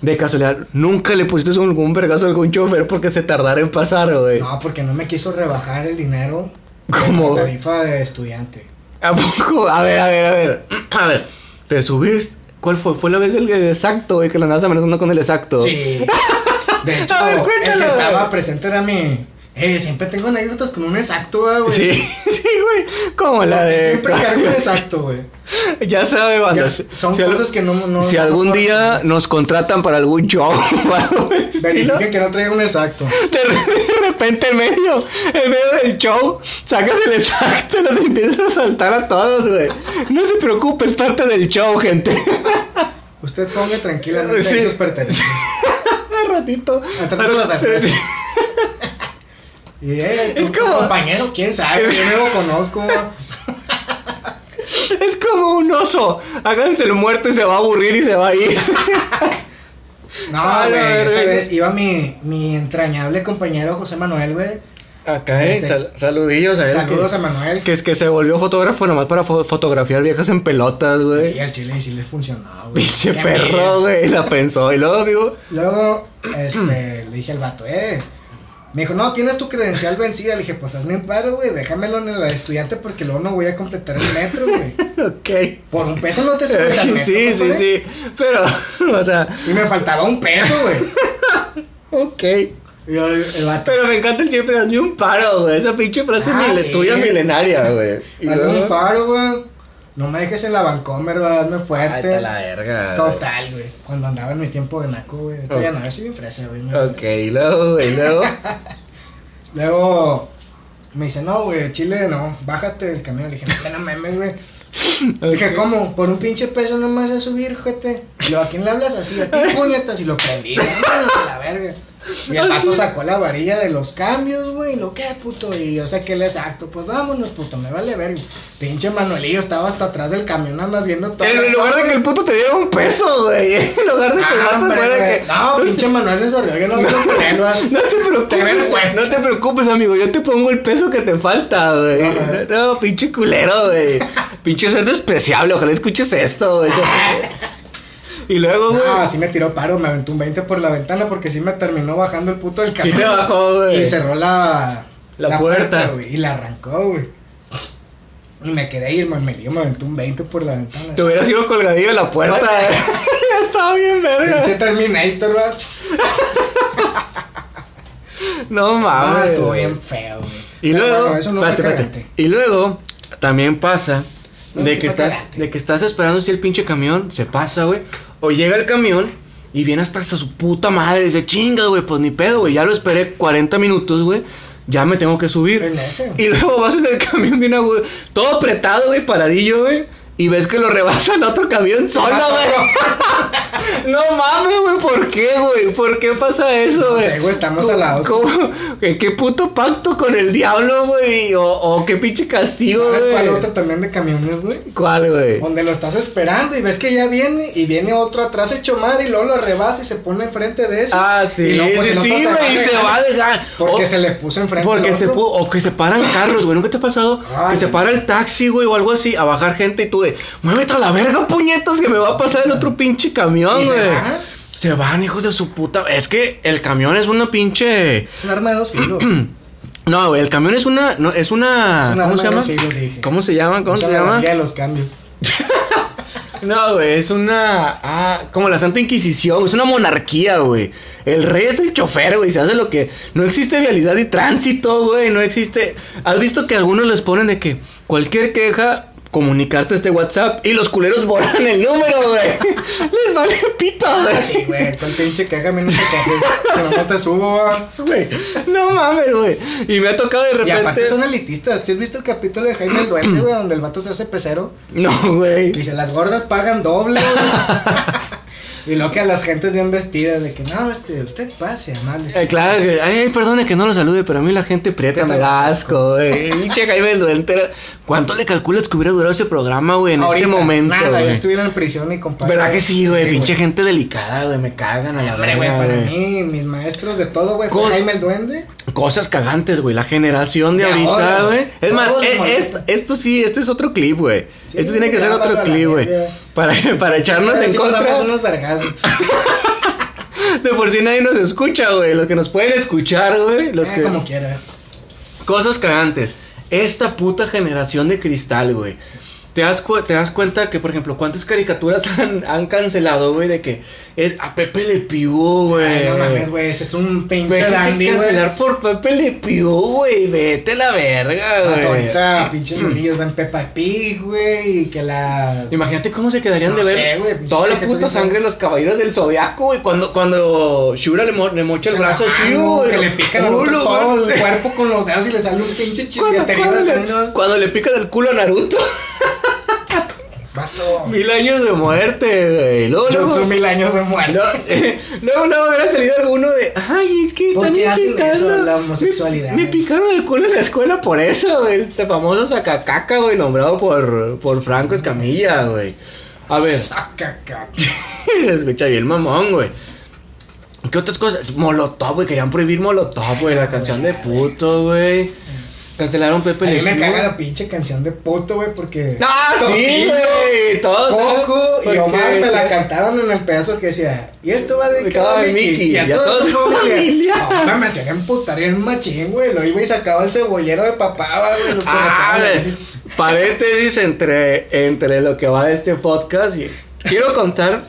[SPEAKER 1] de casualidad nunca le pusiste algún vergazo a algún chofer porque se tardara en pasar, güey.
[SPEAKER 2] No, porque no me quiso rebajar el dinero. de
[SPEAKER 1] ¿Cómo?
[SPEAKER 2] la tarifa de estudiante.
[SPEAKER 1] ¿A poco? A ver, a ver, a ver. A ver. ¿Te subiste? ¿Cuál fue? ¿Fue la vez del exacto, güey? Que lo andabas amenazando con el exacto.
[SPEAKER 2] Sí. De hecho,
[SPEAKER 1] A ver,
[SPEAKER 2] el
[SPEAKER 1] cuéntalo,
[SPEAKER 2] que
[SPEAKER 1] güey.
[SPEAKER 2] estaba presente era mi. Eh, siempre tengo anécdotas con un exacto, ah, güey.
[SPEAKER 1] Sí, sí, güey. Como la de.
[SPEAKER 2] Siempre cargo un exacto, güey.
[SPEAKER 1] Ya sabe, banda.
[SPEAKER 2] Ya,
[SPEAKER 1] si-
[SPEAKER 2] son
[SPEAKER 1] si al-
[SPEAKER 2] cosas que no. no
[SPEAKER 1] si
[SPEAKER 2] no
[SPEAKER 1] algún
[SPEAKER 2] me acuerdo.
[SPEAKER 1] día nos contratan para algún show, o algo del estilo,
[SPEAKER 2] Verifiquen que no traiga un exacto.
[SPEAKER 1] de, re- de repente en medio, en medio del show, sacas el exacto y los empiezas a saltar a todos, güey. No se preocupe, es parte del show, gente.
[SPEAKER 2] Usted ponga tranquilamente
[SPEAKER 1] Sí.
[SPEAKER 2] ahí sus pertenencias.
[SPEAKER 1] Al ratito.
[SPEAKER 2] Atrás de las
[SPEAKER 1] Sí,
[SPEAKER 2] artes.
[SPEAKER 1] sí.
[SPEAKER 2] Y eh,
[SPEAKER 1] Es
[SPEAKER 2] es
[SPEAKER 1] como-
[SPEAKER 2] como compañero, quién sabe,
[SPEAKER 1] Es-
[SPEAKER 2] yo no lo conozco. ah.
[SPEAKER 1] Es como un oso. Háganse el muerto y se va a aburrir y se va a ir. Ah, la
[SPEAKER 2] No, güey, esa
[SPEAKER 1] verga.
[SPEAKER 2] vez iba mi, mi entrañable compañero José Manuel, güey.
[SPEAKER 1] Acá,
[SPEAKER 2] eh, sal-
[SPEAKER 1] saludillos a
[SPEAKER 2] Saludos a Manuel.
[SPEAKER 1] Que es que se volvió fotógrafo nomás para fo- fotografiar viejas en pelotas,
[SPEAKER 2] Y
[SPEAKER 1] güey.
[SPEAKER 2] al chile sí le funcionó, güey.
[SPEAKER 1] Pinche
[SPEAKER 2] Qué
[SPEAKER 1] perro,
[SPEAKER 2] mierda.
[SPEAKER 1] güey. La pensó. Y luego, amigo.
[SPEAKER 2] Luego, este, le dije al vato, eh. Me dijo, no, tienes tu credencial vencida. Le dije, pues hazme un paro, güey, déjamelo en el estudiante porque luego no voy a completar el metro, güey.
[SPEAKER 1] Ok.
[SPEAKER 2] Por un peso no te subes al metro.
[SPEAKER 1] Sí, sí,
[SPEAKER 2] compadre.
[SPEAKER 1] sí. Pero, o sea,
[SPEAKER 2] Y me faltaba un peso, güey.
[SPEAKER 1] ok.
[SPEAKER 2] Y yo, el, el vato,
[SPEAKER 1] Pero me encanta el siempre hazme un paro, güey. Esa pinche frase
[SPEAKER 2] Ah,
[SPEAKER 1] mile-
[SPEAKER 2] sí.
[SPEAKER 1] tuya milenaria, güey. Y
[SPEAKER 2] hazme
[SPEAKER 1] luego-
[SPEAKER 2] un faro, güey. No me dejes en la Vancomer, güey, hazme
[SPEAKER 1] Ay,
[SPEAKER 2] fuerte.
[SPEAKER 1] está la verga. güey.
[SPEAKER 2] Total, güey. Cuando andaba en mi tiempo de naco, güey. Ahorita ya no, yo soy bien fresa, güey. me-
[SPEAKER 1] Ok, y luego, güey, y luego.
[SPEAKER 2] Luego me dice, no, güey, Chile, no, bájate del camión. Le dije, no, no mames, güey. Le Dije,
[SPEAKER 1] Ok.
[SPEAKER 2] ¿cómo? Por un pinche peso no me vas a subir, jete. Y luego, ¿a quién le hablas así? A ti, puñetas. Y lo prendí, vámonos a la verga. Y el pato sacó la varilla de los cambios, güey. Y lo que, puto. Y yo saqué el exacto. Pues vámonos, puto, me vale verga. Pinche Manuelillo estaba hasta atrás del camión, nada más viendo todo.
[SPEAKER 1] En
[SPEAKER 2] eso,
[SPEAKER 1] lugar de
[SPEAKER 2] güey.
[SPEAKER 1] que el puto te diera un peso, güey. En lugar de que el
[SPEAKER 2] Ah,
[SPEAKER 1] vato
[SPEAKER 2] hombre,
[SPEAKER 1] fuera
[SPEAKER 2] güey.
[SPEAKER 1] que.
[SPEAKER 2] No, pinche Manuel se sordió, yo no hablo con él, güey.
[SPEAKER 1] No te
[SPEAKER 2] Te
[SPEAKER 1] preocupes,
[SPEAKER 2] vergüenza.
[SPEAKER 1] no te preocupes, amigo. Yo te pongo el peso que te falta, güey.
[SPEAKER 2] Ajá.
[SPEAKER 1] No, pinche culero, güey. pinche ser despreciable. Ojalá escuches esto, güey. y luego, güey.
[SPEAKER 2] Ah, sí me tiró paro, me aventó un 20 por la ventana porque sí me terminó bajando el puto del
[SPEAKER 1] Sí
[SPEAKER 2] camión.
[SPEAKER 1] te bajó, güey.
[SPEAKER 2] Y cerró la,
[SPEAKER 1] La puerta.
[SPEAKER 2] güey, y la arrancó, güey. Y me quedé ahí, el mamelillo me aventó un 20 por la ventana.
[SPEAKER 1] Te hubieras ido colgadillo de la puerta, güey. Estaba bien, verga.
[SPEAKER 2] Pinche Terminator, güey.
[SPEAKER 1] No
[SPEAKER 2] Ah,
[SPEAKER 1] mames.
[SPEAKER 2] estuvo
[SPEAKER 1] güey.
[SPEAKER 2] bien feo, güey.
[SPEAKER 1] Y
[SPEAKER 2] Pero
[SPEAKER 1] luego,
[SPEAKER 2] bueno, eso no
[SPEAKER 1] espérate,
[SPEAKER 2] fue
[SPEAKER 1] espérate.
[SPEAKER 2] cagante.
[SPEAKER 1] y luego también pasa
[SPEAKER 2] No,
[SPEAKER 1] de
[SPEAKER 2] sí
[SPEAKER 1] que
[SPEAKER 2] fue
[SPEAKER 1] estás
[SPEAKER 2] cagante.
[SPEAKER 1] de que estás esperando si el pinche camión se pasa, güey, o llega el camión y viene hasta su puta madre, y dice, "Chinga, güey, pues ni pedo, güey, ya lo esperé 40 minutos, güey." Ya me tengo que subir.
[SPEAKER 2] En ese.
[SPEAKER 1] Y luego vas en el camión bien agudo, todo apretado, güey, paradillo, güey. Y ves que lo rebasa el otro camión solo,
[SPEAKER 2] Ah,
[SPEAKER 1] güey. no mames, güey, ¿por qué, güey? ¿Por qué pasa eso,
[SPEAKER 2] No
[SPEAKER 1] güey?
[SPEAKER 2] sé, güey, estamos
[SPEAKER 1] ¿Cómo-
[SPEAKER 2] alados.
[SPEAKER 1] cómo- eh, ¿Qué, qué puto pacto con el diablo, güey? O, o qué pinche castigo,
[SPEAKER 2] ¿Sabes cuál
[SPEAKER 1] güey.
[SPEAKER 2] otro también de camiones, güey?
[SPEAKER 1] ¿Cuál, güey?
[SPEAKER 2] Donde lo estás esperando y ves que ya viene y viene otro atrás hecho madre y luego lo rebasa y se pone enfrente de eso.
[SPEAKER 1] Ah, sí,
[SPEAKER 2] Y luego, pues,
[SPEAKER 1] sí,
[SPEAKER 2] el otro
[SPEAKER 1] sí, güey,
[SPEAKER 2] se
[SPEAKER 1] y
[SPEAKER 2] baja
[SPEAKER 1] se
[SPEAKER 2] y-
[SPEAKER 1] va a dejar.
[SPEAKER 2] Porque
[SPEAKER 1] O-
[SPEAKER 2] se le puso enfrente.
[SPEAKER 1] Porque
[SPEAKER 2] al
[SPEAKER 1] se
[SPEAKER 2] otro.
[SPEAKER 1] pudo, o que se paran carros, güey, ¿nunca te ha pasado? que
[SPEAKER 2] Ay,
[SPEAKER 1] se
[SPEAKER 2] no.
[SPEAKER 1] para el taxi, güey, o algo así, a bajar gente y tú de, muévete a la verga, puñetas, que me va a pasar el otro pinche camión,
[SPEAKER 2] ¿Y se
[SPEAKER 1] güey.
[SPEAKER 2] van?
[SPEAKER 1] Se van, hijos de su puta. Es que el camión es una pinche.
[SPEAKER 2] Un arma de dos filos.
[SPEAKER 1] No, güey, el camión es una. No, es una.
[SPEAKER 2] Es un
[SPEAKER 1] ¿Cómo
[SPEAKER 2] arma
[SPEAKER 1] se
[SPEAKER 2] de
[SPEAKER 1] llama?
[SPEAKER 2] dos filos, dije.
[SPEAKER 1] ¿Cómo se llama? ¿Cómo
[SPEAKER 2] Usa
[SPEAKER 1] se
[SPEAKER 2] la
[SPEAKER 1] llama?
[SPEAKER 2] varilla de los cambios.
[SPEAKER 1] No, güey, es una. Ah, como la Santa Inquisición, es una monarquía, güey. El rey es el chofer, güey, se hace lo que. No existe vialidad y tránsito, güey, no existe. ¿Has visto que algunos les ponen de que cualquier queja, comunicarte a este WhatsApp y los culeros borran el número, güey? les vale pito, güey.
[SPEAKER 2] Ah, sí, güey. Con pinche queja, a mí no te quejes. Si no, no te subo, va.
[SPEAKER 1] Güey, no mames, güey. Y me ha tocado de
[SPEAKER 2] Y
[SPEAKER 1] repente.
[SPEAKER 2] aparte son elitistas. ¿Tú has visto el capítulo de Jaime el Duende, güey? Donde el vato se hace pecero.
[SPEAKER 1] No, güey.
[SPEAKER 2] Y dice, las gordas pagan doble, güey. Y lo que a las gentes bien vestidas, de que no, este, usted pase, amable.
[SPEAKER 1] Eh, claro que, ay, perdone que no lo salude, pero a mí la gente prieta me da asco, güey. Pinche Jaime Duentera. ¿Cuánto le calculas que hubiera durado ese programa, güey, en
[SPEAKER 2] Ahorita,
[SPEAKER 1] este momento?
[SPEAKER 2] Nada,
[SPEAKER 1] güey?
[SPEAKER 2] yo estuviera en prisión y compadre.
[SPEAKER 1] ¿Verdad que sí, güey? Pinche gente delicada, güey, me cagan a la
[SPEAKER 2] Hombre,
[SPEAKER 1] verga,
[SPEAKER 2] güey, para
[SPEAKER 1] güey.
[SPEAKER 2] mí, mis maestros de todo, güey, fue
[SPEAKER 1] Cos-
[SPEAKER 2] Jaime el Duende.
[SPEAKER 1] Cosas cagantes, güey, la generación de,
[SPEAKER 2] De
[SPEAKER 1] ahorita,
[SPEAKER 2] ahora,
[SPEAKER 1] güey.
[SPEAKER 2] güey.
[SPEAKER 1] Es más,
[SPEAKER 2] Todos
[SPEAKER 1] eh,
[SPEAKER 2] los-
[SPEAKER 1] es- esto sí, este es otro clip, güey.
[SPEAKER 2] Sí,
[SPEAKER 1] Esto tiene que
[SPEAKER 2] ya,
[SPEAKER 1] ser otro
[SPEAKER 2] bájala la
[SPEAKER 1] clip, güey.
[SPEAKER 2] verga.
[SPEAKER 1] Para, para echarnos
[SPEAKER 2] Pero
[SPEAKER 1] en
[SPEAKER 2] sí nos
[SPEAKER 1] contra.
[SPEAKER 2] damos unos vergazos.
[SPEAKER 1] De por sí nadie nos escucha, güey. Los que nos pueden escuchar, güey. Los
[SPEAKER 2] Ah,
[SPEAKER 1] que...
[SPEAKER 2] como quiera.
[SPEAKER 1] Cosas cagantes. Esta puta generación de cristal, güey. Te das, cu- te das cuenta que, por ejemplo, ¿cuántas caricaturas han, han cancelado, güey? De que es a Pepe Le Pew, güey.
[SPEAKER 2] Ay, no mames, güey, ese es un pinche
[SPEAKER 1] Vete a
[SPEAKER 2] dandy, güey.
[SPEAKER 1] cancelar por Pepe Le Pew, güey. Vete a la
[SPEAKER 2] Ah,
[SPEAKER 1] verga, güey.
[SPEAKER 2] Ahorita pinches bolillos ven Peppa Pig, güey, y que la...
[SPEAKER 1] Imagínate cómo se quedarían
[SPEAKER 2] No
[SPEAKER 1] de ver
[SPEAKER 2] sé, güey,
[SPEAKER 1] toda la
[SPEAKER 2] pinche
[SPEAKER 1] puta
[SPEAKER 2] criatura.
[SPEAKER 1] sangre de los caballeros del zodiaco, güey. Cuando, cuando Shura le, mo- le mocha el
[SPEAKER 2] Se la
[SPEAKER 1] brazo a Chiu,
[SPEAKER 2] mano,
[SPEAKER 1] güey.
[SPEAKER 2] Que le pican al otro
[SPEAKER 1] Culo,
[SPEAKER 2] todo
[SPEAKER 1] güey.
[SPEAKER 2] el cuerpo con los dedos y le sale un pinche
[SPEAKER 1] Cuando,
[SPEAKER 2] chisqueterío
[SPEAKER 1] cuando
[SPEAKER 2] de
[SPEAKER 1] le,
[SPEAKER 2] sangre.
[SPEAKER 1] cuando le pican el culo a Naruto.
[SPEAKER 2] Vato.
[SPEAKER 1] Mil años de muerte, güey. Luego,
[SPEAKER 2] Son
[SPEAKER 1] luego,
[SPEAKER 2] sus mil años de
[SPEAKER 1] no,
[SPEAKER 2] muerte.
[SPEAKER 1] luego, luego habrá salido alguno de. Ay, es que
[SPEAKER 2] ¿Por
[SPEAKER 1] están
[SPEAKER 2] qué hacen
[SPEAKER 1] incitando.
[SPEAKER 2] eso a la
[SPEAKER 1] Me-
[SPEAKER 2] homosexualidad?
[SPEAKER 1] Me, picaron el culo en la escuela por eso, güey. Este famoso sacacaca, güey, nombrado por, por Franco Escamilla, güey. A ver.
[SPEAKER 2] Saca, caca.
[SPEAKER 1] Se escucha bien mamón, güey. ¿Qué otras cosas? Molotov, güey. Querían prohibir Molotov, güey. La canción de puto, güey. Cancelaron Pepe
[SPEAKER 2] A mí
[SPEAKER 1] Le
[SPEAKER 2] me
[SPEAKER 1] Pew.
[SPEAKER 2] caga la pinche canción de puto, güey, porque.
[SPEAKER 1] ¡Ah, sí,
[SPEAKER 2] Toquillo,
[SPEAKER 1] güey! Todos. ¿eh?
[SPEAKER 2] Coco y
[SPEAKER 1] porque
[SPEAKER 2] Omar me la
[SPEAKER 1] decía-
[SPEAKER 2] cantaron en el pedazo que decía, y esto va
[SPEAKER 1] Dedicado
[SPEAKER 2] dedicado a
[SPEAKER 1] a
[SPEAKER 2] Mickey,
[SPEAKER 1] Mickey
[SPEAKER 2] y a, toda su familia.
[SPEAKER 1] familia.
[SPEAKER 2] No, me hacían emputar bien machín, güey, lo iba y sacaba el cebollero de papá, güey, los
[SPEAKER 1] Ah,
[SPEAKER 2] conectaban,
[SPEAKER 1] güey. Paréntesis entre, entre lo que va de este podcast. y- quiero contar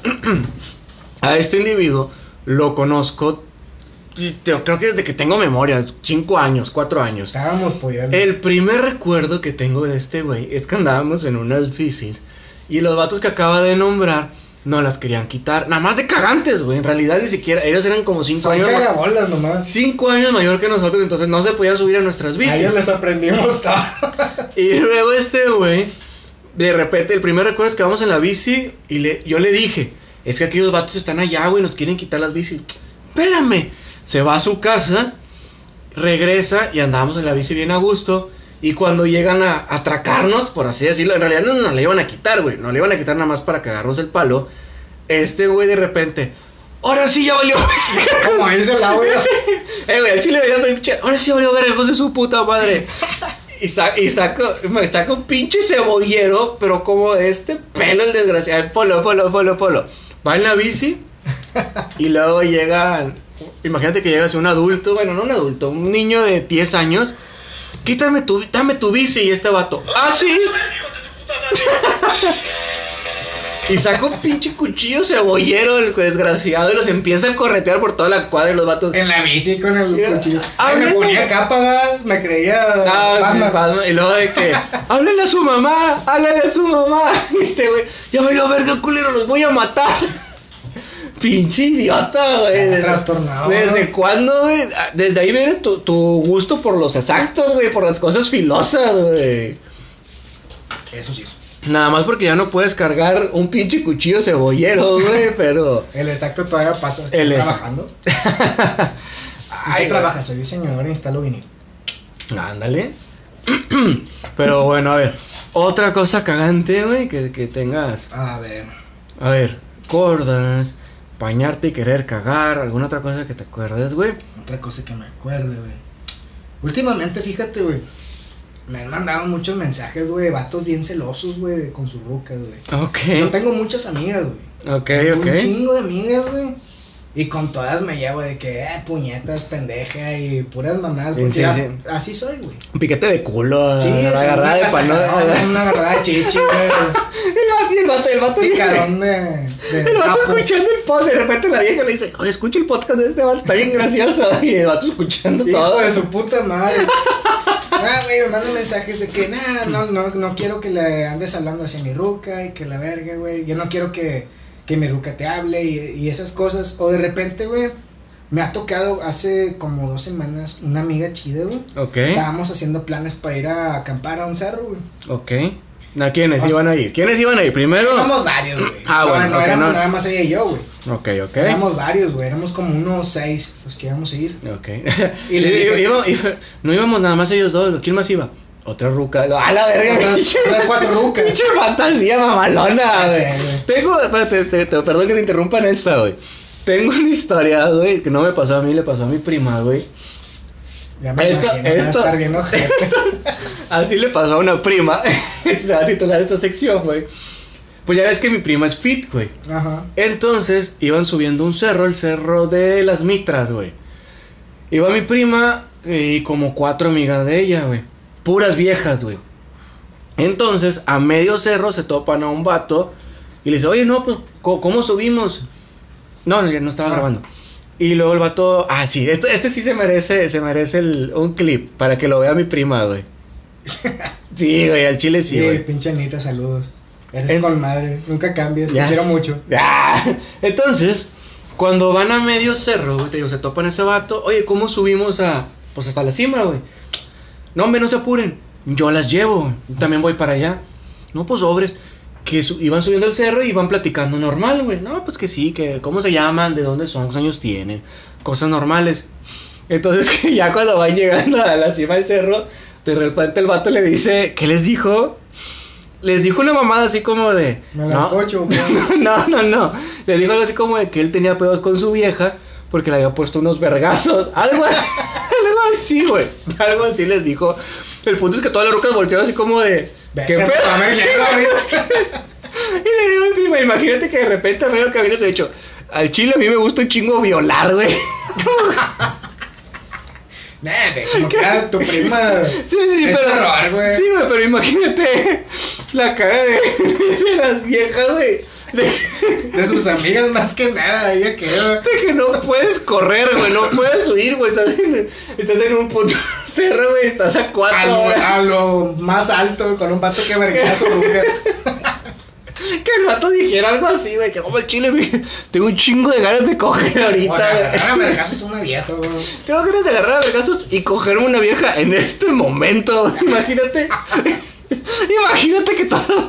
[SPEAKER 1] a este individuo. Lo conozco. y te- creo que desde que tengo memoria. Cinco años, cuatro años.
[SPEAKER 2] Estábamos pollando.
[SPEAKER 1] El primer recuerdo que tengo de este güey es que andábamos en unas bicis y los vatos que acaba de nombrar no las querían quitar. Nada más de cagantes, güey. En realidad ni siquiera. Ellos eran como 5
[SPEAKER 2] Son
[SPEAKER 1] años, ma-
[SPEAKER 2] cagabolas nomás.
[SPEAKER 1] cinco años mayor que nosotros, entonces no se podían subir a nuestras
[SPEAKER 2] A
[SPEAKER 1] bicis.
[SPEAKER 2] ellos les aprendimos todo.
[SPEAKER 1] Y luego este güey, de repente, el primer recuerdo es que vamos en la bici y le, yo le dije, es que aquellos vatos están allá, güey, nos quieren quitar las bicis. Espérame. Se va a su casa, regresa y andábamos en la bici bien a gusto. Y cuando llegan a atracarnos, por así decirlo, en realidad no nos la iban a quitar, güey. Nos la iban a quitar nada más para cagarnos el palo. Este güey de repente, ahora sí ya valió.
[SPEAKER 2] Como dice la güey.
[SPEAKER 1] Eh, güey, al chile veía pinche. Ahora sí valió verga, hijos de su puta madre. Y, sa- y saco, me saca un pinche cebollero, pero como de este pelo el desgraciado. Ay, Polo, polo, polo, polo. Va en la bici y luego llega. Imagínate que llegas un adulto, bueno, no un adulto, un niño de 10 años. Quítame tu, dame tu bici y este vato. Ah, sí.
[SPEAKER 3] hijos de su puta madre!
[SPEAKER 1] Y saca un pinche cuchillo cebollero el desgraciado y los empieza a corretear por toda la cuadra y los vatos.
[SPEAKER 2] En la bici con el
[SPEAKER 1] Mira,
[SPEAKER 2] cuchillo.
[SPEAKER 1] ah,
[SPEAKER 2] Ay, me
[SPEAKER 1] mira.
[SPEAKER 2] ponía capa, va, me creía.
[SPEAKER 1] Ah,
[SPEAKER 2] Batman.
[SPEAKER 1] sí, Batman. Y luego de que, háblale a su mamá, háblale a su mamá. Y este güey, ya me lo verga, culero, los voy a matar. Pinche idiota, güey.
[SPEAKER 2] Ah,
[SPEAKER 1] Desde-
[SPEAKER 2] trastornado,
[SPEAKER 1] ¿Desde
[SPEAKER 2] ¿no?
[SPEAKER 1] cuándo, güey? Ah, Desde ahí viene tu, tu gusto por los exactos, güey, por las cosas filosas, güey.
[SPEAKER 2] Eso sí.
[SPEAKER 1] Nada más porque ya no puedes cargar un pinche cuchillo cebollero, güey, pero.
[SPEAKER 2] El exacto todavía pasa. Estoy
[SPEAKER 1] El exacto.
[SPEAKER 2] trabajando. ¿En
[SPEAKER 1] Ay,
[SPEAKER 2] ¿Qué trabajas? Soy diseñador e instalo vinil.
[SPEAKER 1] Ándale. Pero bueno, a ver. Otra cosa cagante, güey, que, que tengas.
[SPEAKER 2] A ver.
[SPEAKER 1] A ver, cordas, bañarte y querer cagar, alguna otra cosa que te acuerdes, güey.
[SPEAKER 2] Otra cosa que me acuerde, güey. Últimamente, fíjate, güey. Me han mandado muchos mensajes, güey. Vatos bien celosos, güey, con sus rucas, güey.
[SPEAKER 1] Ok,
[SPEAKER 2] Yo tengo muchas amigas, güey.
[SPEAKER 1] ok,
[SPEAKER 2] Tengo Un
[SPEAKER 1] ok.
[SPEAKER 2] chingo de amigas, güey. Y con todas me llevo de que, eh, puñetas, pendeja y puras mamadas.
[SPEAKER 1] Sí,
[SPEAKER 2] Porque
[SPEAKER 1] sí,
[SPEAKER 2] ya-
[SPEAKER 1] sí.
[SPEAKER 2] así soy, güey.
[SPEAKER 1] Un piquete de culo,
[SPEAKER 2] Sí,
[SPEAKER 1] la
[SPEAKER 2] sí,
[SPEAKER 1] agarrada de
[SPEAKER 2] una
[SPEAKER 1] palo.
[SPEAKER 2] sacaron, Una agarrada de chichi, güey.
[SPEAKER 1] El vato, el vato,
[SPEAKER 2] Picadón de, de
[SPEAKER 1] El vato
[SPEAKER 2] sapo.
[SPEAKER 1] escuchando el podcast, de repente la vieja le dice, oye, escucha el podcast de este vato, está bien gracioso. Y el vato escuchando
[SPEAKER 2] Hijo
[SPEAKER 1] todo.
[SPEAKER 2] de su puta madre. Ah, güey, me mandan mensajes de que, nah, no, no, no quiero que le andes hablando hacia mi ruca y que la verga, güey. Yo no quiero que, que mi ruca te hable y, y esas cosas. O de repente, güey, me ha tocado hace como dos semanas una amiga chida, güey.
[SPEAKER 1] Ok,
[SPEAKER 2] Estábamos haciendo planes para ir a acampar a un cerro, güey.
[SPEAKER 1] ok. ¿A quiénes iban a ir? ¿Quiénes iban a ir? Primero.
[SPEAKER 2] Éramos varios, güey.
[SPEAKER 1] Oh. Ah,
[SPEAKER 2] No,
[SPEAKER 1] bueno,
[SPEAKER 2] no
[SPEAKER 1] ok,
[SPEAKER 2] éramos
[SPEAKER 1] no.
[SPEAKER 2] nada más ella y yo, güey.
[SPEAKER 1] Ok, ok.
[SPEAKER 2] Éramos varios, güey. Éramos como unos seis los que íbamos a ir.
[SPEAKER 1] Ok.
[SPEAKER 2] Y le
[SPEAKER 1] Y-
[SPEAKER 2] dije-
[SPEAKER 1] iba- iba- no íbamos nada más ellos dos, ¿quién más iba? Otra ruca. A la verga,
[SPEAKER 2] Otras- otras cuatro rucas.
[SPEAKER 1] Pinche fantasía mamalona,
[SPEAKER 2] Ya
[SPEAKER 1] güey.
[SPEAKER 2] sé, güey.
[SPEAKER 1] Tengo, espérate, te- te- perdón que te interrumpa en esta, güey. Tengo una historia, güey, que no me pasó a mí, le pasó a mi prima, güey.
[SPEAKER 2] Ya me
[SPEAKER 1] Esto-
[SPEAKER 2] imagino, van a
[SPEAKER 1] esto-
[SPEAKER 2] estar bien ojete.
[SPEAKER 1] Así le pasó a una prima. Se va a titular esta sección, güey. Pues ya ves que mi prima es fit, güey.
[SPEAKER 2] Ajá.
[SPEAKER 1] Entonces iban subiendo un cerro, el cerro de las eh, Mitras, güey. Iba mi prima y como cuatro amigas de ella, güey. Puras viejas, güey. Entonces, a medio cerro se topan a un vato y le dice, oye, no, pues, ¿co- ¿cómo subimos? No, no, ya no estaba
[SPEAKER 2] Ah.
[SPEAKER 1] grabando. Y luego el vato, ah, sí, este, este sí se merece, se merece el- un clip para que lo vea mi prima, güey. Sí, güey, al chile sí,
[SPEAKER 2] Sí,
[SPEAKER 1] güey.
[SPEAKER 2] pinche Anita, saludos. Eres
[SPEAKER 1] En-
[SPEAKER 2] con madre, nunca cambies,
[SPEAKER 1] Ya
[SPEAKER 2] te quiero
[SPEAKER 1] sé.
[SPEAKER 2] mucho.
[SPEAKER 1] Ah, Entonces, cuando van a medio cerro, güey, te digo, se topan ese vato. Oye, ¿cómo subimos a. Pues hasta la cima, güey? No, hombre, no se apuren. Yo las llevo, güey. También voy para allá. No, pues obres. Que su- iban subiendo el cerro y van platicando normal, güey. No, pues que sí, que cómo se llaman, de dónde son, cuántos años tienen, cosas normales. Entonces, que ya cuando van llegando a la cima del cerro, de repente el vato le dice, ¿qué les dijo? Les dijo una mamada así como de.
[SPEAKER 2] Me las
[SPEAKER 1] "No,
[SPEAKER 2] cocho, güey.
[SPEAKER 1] no, no, no. Le dijo algo así como de que él tenía pedos con su vieja porque le había puesto unos vergazos. Algo, a- algo así, güey. Algo así les dijo. El punto es que todas las rucas voltearon así como de. ¿Qué
[SPEAKER 2] Verga, pues,
[SPEAKER 1] pedo?
[SPEAKER 2] a ver, verga, ahorita.
[SPEAKER 1] Y le digo a mi prima, imagínate que de repente a medio camino se ha dicho. Al chile a mí me gusta un chingo violar, güey.
[SPEAKER 2] Nah, güey, como que era tu prima.
[SPEAKER 1] Sí, sí,
[SPEAKER 2] es
[SPEAKER 1] pero.
[SPEAKER 2] terror, güey.
[SPEAKER 1] Sí, güey, pero imagínate la cara de, de las viejas, güey. De-
[SPEAKER 2] De sus amigas más que nada, ella que era.
[SPEAKER 1] de que no puedes correr, güey, no puedes huir, güey. Estás en, estás en un puto cerro, güey, estás a
[SPEAKER 2] A
[SPEAKER 1] cuatro.
[SPEAKER 2] lo,
[SPEAKER 1] güey.
[SPEAKER 2] a lo más alto, con un vato que verguea su boca.
[SPEAKER 1] Que el vato dijera algo así, güey, que como el chile, güey. Tengo un chingo de ganas de coger ahorita,
[SPEAKER 2] Ahora,
[SPEAKER 1] güey.
[SPEAKER 2] ahora vergazo es una vieja, güey.
[SPEAKER 1] Tengo ganas de agarrar a vergazos y cogerme una vieja en este momento, güey. imagínate. Imagínate que todo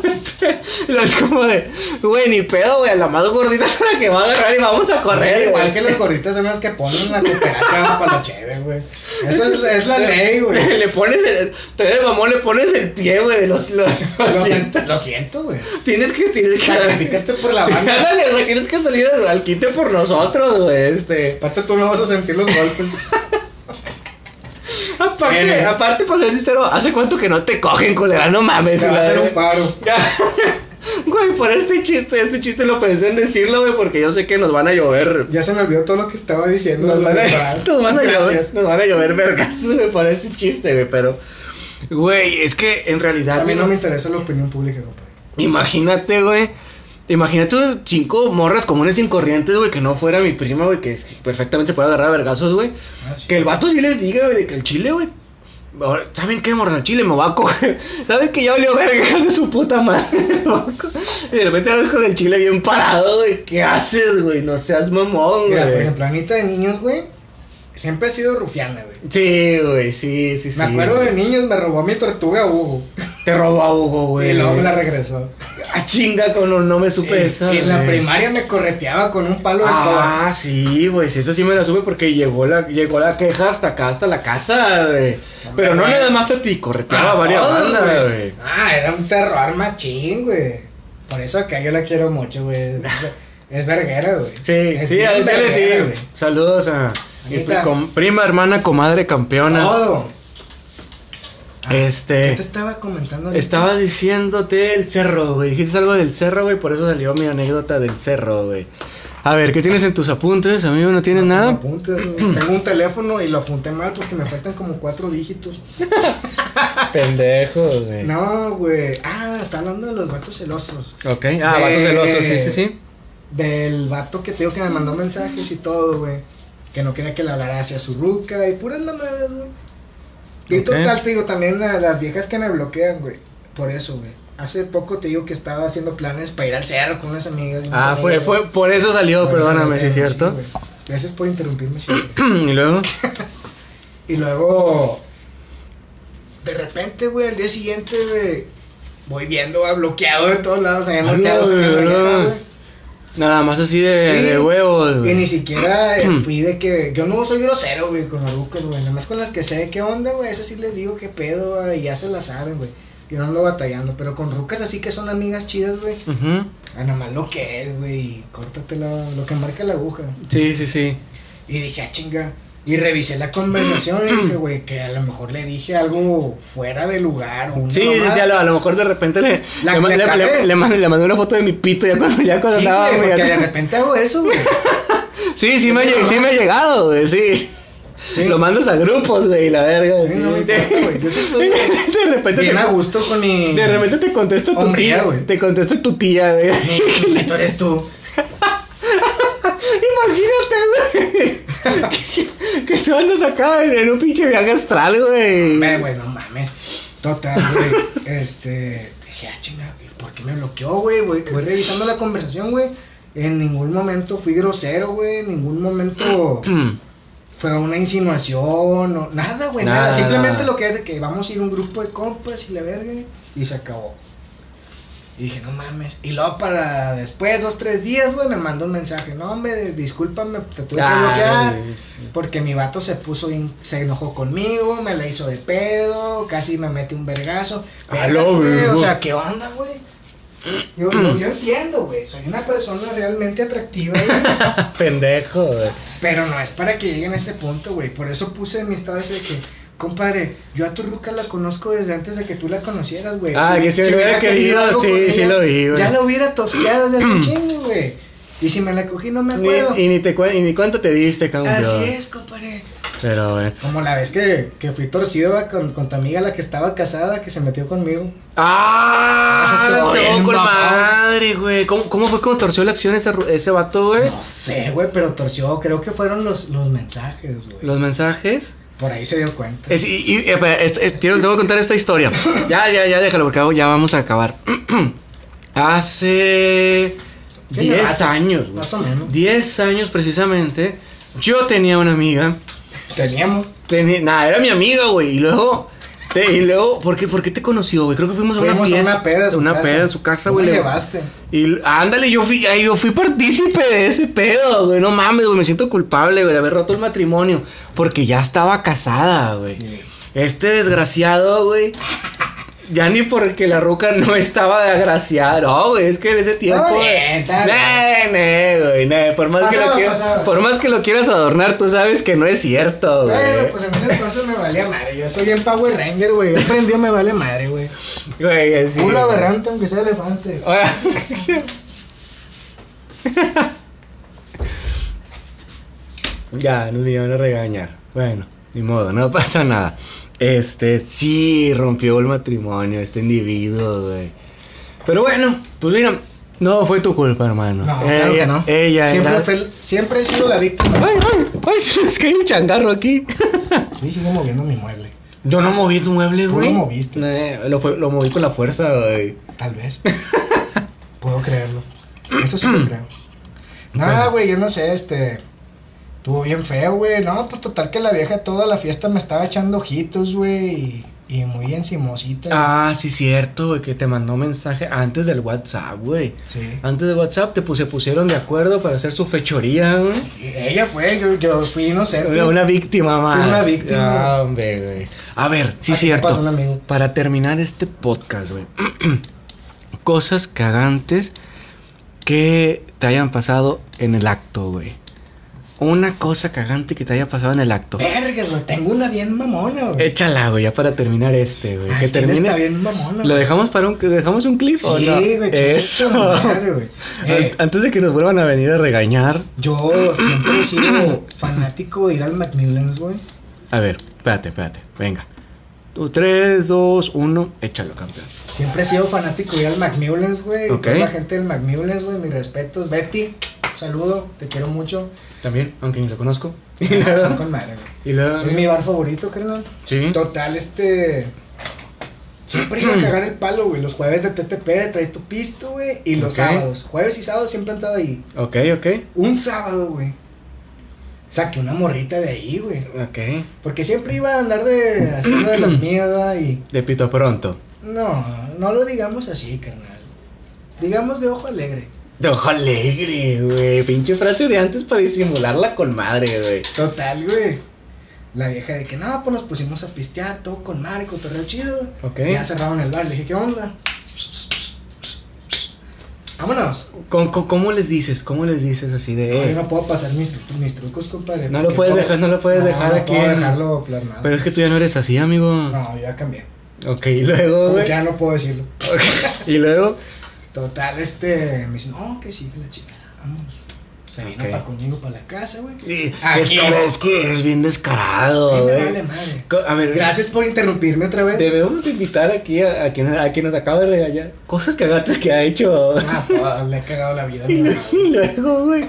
[SPEAKER 1] es como de, güey, ni pedo, güey, a la más gordita es la que va a agarrar y vamos a correr,
[SPEAKER 2] Igual
[SPEAKER 1] güey.
[SPEAKER 2] que las gorditas son las que ponen la cooperacha para la cheve, güey. Esa es, es la ley, güey.
[SPEAKER 1] Le pones el, te de mamón, le pones el pie, güey, de los, los, los
[SPEAKER 2] Lo,
[SPEAKER 1] dientes.
[SPEAKER 2] siento- lo siento, güey.
[SPEAKER 1] Tienes que, tienes que.
[SPEAKER 2] Sacrificate por la banda.
[SPEAKER 1] Ándale, güey, tienes que salir al, al quite por nosotros, güey. Este.
[SPEAKER 2] Aparte, tú no vas a sentir los golpes.
[SPEAKER 1] Aparte,
[SPEAKER 2] Viene.
[SPEAKER 1] aparte, para ser sincero, ¿hace cuánto que no te cogen, culera? No mames,
[SPEAKER 2] Te va a hacer
[SPEAKER 1] güey.
[SPEAKER 2] un paro.
[SPEAKER 1] Güey, por este chiste, este chiste lo pensé en decirlo, güey, porque yo sé que nos van a llover.
[SPEAKER 2] Ya se me olvidó todo lo que estaba diciendo.
[SPEAKER 1] Nos van a,
[SPEAKER 2] Gracias.
[SPEAKER 1] nos van a llover, nos van a llover vergazos, güey, por este chiste, güey, pero. Güey, es que en realidad.
[SPEAKER 2] A mí
[SPEAKER 1] güey,
[SPEAKER 2] no me interesa la opinión pública, compadre.
[SPEAKER 1] Imagínate, güey. Imagínate cinco morras comunes sin corrientes, güey, que no fuera mi prima, güey, que es- perfectamente se puede agarrar a vergazos, güey.
[SPEAKER 2] Ah, sí.
[SPEAKER 1] Que el vato sí les diga, güey, de que el chile, güey. ahora, ¿Saben qué, morra? El chile me va a coger. ¿Saben que ya olió verga de su puta madre? el vato? y de repente ahora con el chile bien parado, güey. ¿Qué haces, güey? No seas mamón,
[SPEAKER 2] Mira, por
[SPEAKER 1] güey.
[SPEAKER 2] ejemplo, Anita de niños, güey, siempre ha sido rufiana, güey.
[SPEAKER 1] Sí, güey, sí, sí, sí.
[SPEAKER 2] Me acuerdo de niños, me robó mi tortuga Hugo.
[SPEAKER 1] Te robó a Hugo, güey.
[SPEAKER 2] Y luego me la regresó.
[SPEAKER 1] A chinga con no, no me supe
[SPEAKER 2] Y-
[SPEAKER 1] esa.
[SPEAKER 2] y en la
[SPEAKER 1] güey.
[SPEAKER 2] primaria me correteaba con un palo de escoba.
[SPEAKER 1] eh. Ah, sí, güey, sí, eso sí me la sube porque llegó la, llegó la queja hasta acá, hasta la casa, güey. Pero no
[SPEAKER 2] güey.
[SPEAKER 1] nada más a ti, correteaba
[SPEAKER 2] A
[SPEAKER 1] a varias
[SPEAKER 2] Ah, todos,
[SPEAKER 1] bandas, güey.
[SPEAKER 2] Ah, era un terror machín, güey. Por eso que yo la quiero mucho, güey. Es- Es verguera, güey.
[SPEAKER 1] Sí,
[SPEAKER 2] Es
[SPEAKER 1] sí,
[SPEAKER 2] bien
[SPEAKER 1] al chile
[SPEAKER 2] verguera,
[SPEAKER 1] sí. Saludos a mi
[SPEAKER 2] Anita.
[SPEAKER 1] com- prima, hermana, comadre,
[SPEAKER 2] güey.
[SPEAKER 1] campeona.
[SPEAKER 2] Todo. Ah, ¿Qué
[SPEAKER 1] Este,
[SPEAKER 2] te estaba comentando? ahorita?
[SPEAKER 1] estabas diciéndote el cerro, güey. Dijiste algo del cerro, güey, por eso salió mi anécdota del cerro, güey. A ver, ¿qué tienes en tus apuntes, amigo? ¿No tienes
[SPEAKER 2] No tengo
[SPEAKER 1] nada?
[SPEAKER 2] apuntes, güey. Tengo un teléfono y lo apunté mal porque me faltan como cuatro dígitos.
[SPEAKER 1] Pendejo, güey.
[SPEAKER 2] No, güey. Ah, está hablando de los vatos celosos.
[SPEAKER 1] Ok, ah, vato
[SPEAKER 2] Eh,
[SPEAKER 1] celoso, sí, sí,
[SPEAKER 2] eh,
[SPEAKER 1] sí.
[SPEAKER 2] Del vato que te digo que me mandó mensajes y todo, güey. Que no quería que le hablara hacia su ruca y puras mamadas, güey. Y
[SPEAKER 1] Ok.
[SPEAKER 2] total, te digo, también la- las viejas que me bloquean, güey. Por eso, güey. Hace poco te digo que estaba haciendo planes para ir al cerro con unas amigas. y unos
[SPEAKER 1] Ah, fue,
[SPEAKER 2] amigos,
[SPEAKER 1] fue,
[SPEAKER 2] güey.
[SPEAKER 1] por eso salió,
[SPEAKER 2] Por eso
[SPEAKER 1] perdóname,
[SPEAKER 2] me
[SPEAKER 1] sí, es
[SPEAKER 2] bloquean,
[SPEAKER 1] cierto.
[SPEAKER 2] sí, güey. Gracias por interrumpirme siempre.
[SPEAKER 1] y luego,
[SPEAKER 2] Y luego, de repente, güey, al día siguiente, güey, voy viendo, a bloqueado de todos lados, allá
[SPEAKER 1] Ah,
[SPEAKER 2] bloqueado.
[SPEAKER 1] no,
[SPEAKER 2] acá en la
[SPEAKER 1] güey,
[SPEAKER 2] vieja,
[SPEAKER 1] no.
[SPEAKER 2] güey.
[SPEAKER 1] nada más así de,
[SPEAKER 2] Sí.
[SPEAKER 1] de huevos,
[SPEAKER 2] Y
[SPEAKER 1] güey.
[SPEAKER 2] ni siquiera eh, fui de que. Yo no soy grosero, güey, con Arucas, güey. Nada más con las que sé qué onda, güey. Eso sí les digo qué pedo, güey. Y ya se la saben, güey. Yo no ando batallando. Pero con rucas así que son amigas chidas, güey.
[SPEAKER 1] Ujú.
[SPEAKER 2] Ah, nada más lo que es, güey. Córtate la- lo que marca la aguja.
[SPEAKER 1] Sí, sí, sí.
[SPEAKER 2] Y dije, ah, chinga. Y revisé la conversación y dije, güey, que a lo mejor le dije algo fuera de lugar. O una
[SPEAKER 1] Sí, sí,
[SPEAKER 2] mamada.
[SPEAKER 1] sí, a lo, a lo mejor de repente le,
[SPEAKER 2] La-
[SPEAKER 1] le, ma-
[SPEAKER 2] la
[SPEAKER 1] le-
[SPEAKER 2] cagué.
[SPEAKER 1] le- le mandé, le mandé una foto de mi pito ya cuando, ya cuando
[SPEAKER 2] Sí,
[SPEAKER 1] andaba,
[SPEAKER 2] güey,
[SPEAKER 1] güey,
[SPEAKER 2] porque
[SPEAKER 1] ya-
[SPEAKER 2] de repente hago eso, güey.
[SPEAKER 1] Sí, sí me, ha lleg- sí me ha llegado, güey, sí.
[SPEAKER 2] Sí.
[SPEAKER 1] Lo mandas a grupos, güey, y la verga.
[SPEAKER 2] Sí, no me
[SPEAKER 1] sí.
[SPEAKER 2] importa, güey. Yo sí estoy
[SPEAKER 1] de repente
[SPEAKER 2] bien
[SPEAKER 1] te-
[SPEAKER 2] a gusto con mi.
[SPEAKER 1] de repente te contesta tu
[SPEAKER 2] Hombría,
[SPEAKER 1] tía,
[SPEAKER 2] güey.
[SPEAKER 1] Te contesta tu tía, güey.
[SPEAKER 2] Mi mi nieto eres tú.
[SPEAKER 1] Imagínate, güey. que, que tú andas acá en, en un pinche viaje astral, güey.
[SPEAKER 2] Ve, Eh, güey, no mames. Total, güey. Este. Dije, ah, chinga, güey, ¿por qué me bloqueó, güey? Voy, voy revisando la conversación, güey. En ningún momento fui grosero, güey. En ningún momento
[SPEAKER 1] Mm.
[SPEAKER 2] fue una insinuación o nada, güey. Nada,
[SPEAKER 1] Nada,
[SPEAKER 2] Simplemente
[SPEAKER 1] nada.
[SPEAKER 2] lo que es de que vamos a ir un grupo de compas y la verga. Y se acabó. Y dije, no mames. Y luego para después, dos, tres días, güey, me mandó un mensaje. No, hombre, discúlpame, te tuve que bloquear.
[SPEAKER 1] Ay,
[SPEAKER 2] Porque mi vato se puso bien, se enojó conmigo, me la hizo de pedo, casi me mete un vergazo.
[SPEAKER 1] A
[SPEAKER 2] Vergas,
[SPEAKER 1] lo
[SPEAKER 2] güey, O
[SPEAKER 1] vergo.
[SPEAKER 2] sea, ¿qué onda, güey? Yo, yo, yo entiendo, güey. Soy una persona realmente atractiva, güey.
[SPEAKER 1] pendejo, güey.
[SPEAKER 2] pero no es para que lleguen a ese punto, güey. Por eso puse en mi estado ese que, compadre, yo a tu ruca la conozco desde antes de que tú la conocieras, güey.
[SPEAKER 1] Ah,
[SPEAKER 2] hubie-
[SPEAKER 1] que si hubiera querido,
[SPEAKER 2] algo
[SPEAKER 1] sí,
[SPEAKER 2] con
[SPEAKER 1] sí lo vi, güey.
[SPEAKER 2] Ya la hubiera tosqueado desde hace un chingo, güey. Y si me la cogí, no me acuerdo.
[SPEAKER 1] Ni, y ni te cuen- y ni cuánto te diste, cabrón.
[SPEAKER 2] Así es, compadre.
[SPEAKER 1] Pero, güey.
[SPEAKER 2] Como la vez que, que fui torcido va, con, con tu amiga, la que estaba casada, que se metió conmigo. Ese
[SPEAKER 1] ¡Ah!
[SPEAKER 2] estuvo
[SPEAKER 1] te
[SPEAKER 2] bien,
[SPEAKER 1] con
[SPEAKER 2] papá.
[SPEAKER 1] madre, güey. ¿Cómo, ¿Cómo fue como torció la acción ese, ru- ese vato, güey?
[SPEAKER 2] No sé, güey, pero torció. Creo que fueron los, los mensajes, güey.
[SPEAKER 1] Los mensajes.
[SPEAKER 2] Por ahí se dio cuenta.
[SPEAKER 1] Es- y- y- espera, es- es- quiero, te voy a contar esta historia. Ya, ya, ya, déjalo, porque ya vamos a acabar. Hace
[SPEAKER 2] Tiene
[SPEAKER 1] 10
[SPEAKER 2] rato,
[SPEAKER 1] años, güey.
[SPEAKER 2] Más o menos.
[SPEAKER 1] 10 años precisamente, yo tenía una amiga.
[SPEAKER 2] Teníamos.
[SPEAKER 1] Tenía, nada, era mi amiga, güey. Y luego, te- y luego ¿por, qué, ¿por qué te conoció, güey? Creo que fuimos a una
[SPEAKER 2] Fuimos a
[SPEAKER 1] fiesta.
[SPEAKER 2] una peda en su
[SPEAKER 1] una
[SPEAKER 2] casa.
[SPEAKER 1] peda en su casa,
[SPEAKER 2] Tú
[SPEAKER 1] güey.
[SPEAKER 2] me
[SPEAKER 1] le-
[SPEAKER 2] llevaste.
[SPEAKER 1] Y ándale, yo fui, ay, yo fui partícipe de ese pedo, güey. No mames, güey. Me siento culpable, güey, de haber roto el matrimonio. Porque ya estaba casada, güey. Este desgraciado, güey. Ya ni porque la ruca no estaba de agraciada. No, güey, es que en ese tiempo.
[SPEAKER 2] Estaba
[SPEAKER 1] güey,
[SPEAKER 2] bien, estaba
[SPEAKER 1] ne, ne, güey, ne, por más, que
[SPEAKER 2] Pasaba,
[SPEAKER 1] lo quieras,
[SPEAKER 2] pasaba.
[SPEAKER 1] por más que lo quieras adornar, tú sabes que no es cierto, güey.
[SPEAKER 2] Bueno, pues en ese entonces me valía madre. Yo soy bien Power Ranger, güey. Yo aprendí me vale madre, güey.
[SPEAKER 1] Güey, así.
[SPEAKER 2] Culo aberrante, aunque sea elefante.
[SPEAKER 1] Ahora- ya, no me van a regañar. Bueno, ni modo, no pasa nada. Este, sí, rompió el matrimonio este individuo, güey. Pero bueno, pues mira, no fue tu culpa, hermano.
[SPEAKER 2] No, claro que no.
[SPEAKER 1] Ella
[SPEAKER 2] siempre,
[SPEAKER 1] era-
[SPEAKER 2] fue- siempre he sido la víctima.
[SPEAKER 1] Ay, ay, ay, es que hay un changarro aquí.
[SPEAKER 2] Sí, sigo moviendo mi mueble.
[SPEAKER 1] Yo no moví tu mueble,
[SPEAKER 2] Tú
[SPEAKER 1] güey.
[SPEAKER 2] lo moviste.
[SPEAKER 1] Eh, lo, fue- lo moví con la fuerza, güey.
[SPEAKER 2] Tal vez. Puedo creerlo. Eso sí lo creo. Nada, güey, yo no sé, este. Estuvo bien feo, güey. No, pues total que la vieja toda la fiesta me estaba echando ojitos, güey. Y, y muy encimosita.
[SPEAKER 1] Ah, sí, cierto, güey, que te mandó mensaje antes del WhatsApp, güey.
[SPEAKER 2] Sí.
[SPEAKER 1] Antes de WhatsApp te puse, pusieron de acuerdo para hacer su fechoría, güey.
[SPEAKER 2] Y Ella fue, yo, yo fui inocente.
[SPEAKER 1] Una, una víctima más.
[SPEAKER 2] Fue una víctima.
[SPEAKER 1] Ah, hombre, güey. A ver, sí,
[SPEAKER 2] Así
[SPEAKER 1] cierto.
[SPEAKER 2] pasa un amigo.
[SPEAKER 1] Para terminar este podcast, güey. Cosas cagantes que te hayan pasado en el acto, güey. Una cosa cagante que te haya pasado en el acto.
[SPEAKER 2] Vergas, güey, tengo una bien mamona, güey.
[SPEAKER 1] Échala, güey, ya para terminar este, güey.
[SPEAKER 2] Al
[SPEAKER 1] Eh, que
[SPEAKER 2] chile
[SPEAKER 1] termine.
[SPEAKER 2] Está bien mamona.
[SPEAKER 1] ¿Lo
[SPEAKER 2] güey.
[SPEAKER 1] dejamos para un, dejamos un clip o
[SPEAKER 2] Sí,
[SPEAKER 1] no?
[SPEAKER 2] güey, chinga
[SPEAKER 1] Eso.
[SPEAKER 2] tu madre, güey. Eh,
[SPEAKER 1] An- Antes de que nos vuelvan a venir a regañar.
[SPEAKER 2] yo siempre he sido fanático de ir al Macmillan's, güey.
[SPEAKER 1] A ver, espérate, espérate. Venga. 3, 2, 1. Échalo, campeón.
[SPEAKER 2] Siempre he sido fanático de ir al McMullens, güey.
[SPEAKER 1] Ok.
[SPEAKER 2] Toda la gente del McMullens, güey, mis respetos. Betty, saludo, te quiero mucho.
[SPEAKER 1] También, aunque ni lo conozco. Y
[SPEAKER 2] Son
[SPEAKER 1] luego.
[SPEAKER 2] con madre, güey.
[SPEAKER 1] y luego-
[SPEAKER 2] Es mi bar favorito, carnal.
[SPEAKER 1] Sí.
[SPEAKER 2] Total, este. Siempre iba a cagar el palo, güey. Los jueves de TTP, trae tu pisto, güey. Y los
[SPEAKER 1] Ok.
[SPEAKER 2] sábados. Jueves y sábados siempre andaba ahí.
[SPEAKER 1] Ok, ok.
[SPEAKER 2] Un sábado, güey. Saqué una morrita de ahí, güey.
[SPEAKER 1] Ok.
[SPEAKER 2] Porque siempre iba a andar de haciendo de las mierdas y.
[SPEAKER 1] De pito pronto.
[SPEAKER 2] No, no lo digamos así, carnal. Digamos de ojo alegre.
[SPEAKER 1] De ojo alegre, güey. Pinche frase de antes para disimularla con madre, güey.
[SPEAKER 2] Total, güey. La vieja de que no, pues nos pusimos a pistear, todo con Marco, torreo chido.
[SPEAKER 1] Ok.
[SPEAKER 2] Ya cerraron el bar, le dije, ¿qué onda? Vámonos.
[SPEAKER 1] ¿Con, con- cómo les dices? ¿Cómo les dices así
[SPEAKER 2] No,
[SPEAKER 1] de.? "Eh,
[SPEAKER 2] yo no puedo pasar mis, tru- mis trucos, compadre.
[SPEAKER 1] No lo
[SPEAKER 2] porque
[SPEAKER 1] puedes
[SPEAKER 2] puedo-
[SPEAKER 1] dejar, no lo puedes dejar
[SPEAKER 2] no
[SPEAKER 1] aquí
[SPEAKER 2] puedo
[SPEAKER 1] en-
[SPEAKER 2] dejarlo plasmado.
[SPEAKER 1] Pero es que tú ya no eres así, amigo.
[SPEAKER 2] No, yo ya cambié.
[SPEAKER 1] Ok, y luego,
[SPEAKER 2] Como
[SPEAKER 1] güey.
[SPEAKER 2] que ya no puedo decirlo.
[SPEAKER 1] Ok, Y luego.
[SPEAKER 2] Total, este, me dice, no, que sí, que la chica, vámonos. Se vino
[SPEAKER 1] Ok.
[SPEAKER 2] pa' conmigo para la casa, güey.
[SPEAKER 1] Y es,
[SPEAKER 2] Aquí.
[SPEAKER 1] como- es que es bien
[SPEAKER 2] Ay,
[SPEAKER 1] descarado,
[SPEAKER 2] me
[SPEAKER 1] güey.
[SPEAKER 2] vale madre.
[SPEAKER 1] Co- A ver,
[SPEAKER 2] Gracias por interrumpirme otra vez.
[SPEAKER 1] Debemos de invitar aquí a, a quien, a quien nos acaba de regañar. Cosas cagatas que ha hecho.
[SPEAKER 2] Ah, pa, le he cagado la vida. a mi
[SPEAKER 1] y,
[SPEAKER 2] mamá,
[SPEAKER 1] luego,
[SPEAKER 2] güey.
[SPEAKER 1] y luego, güey.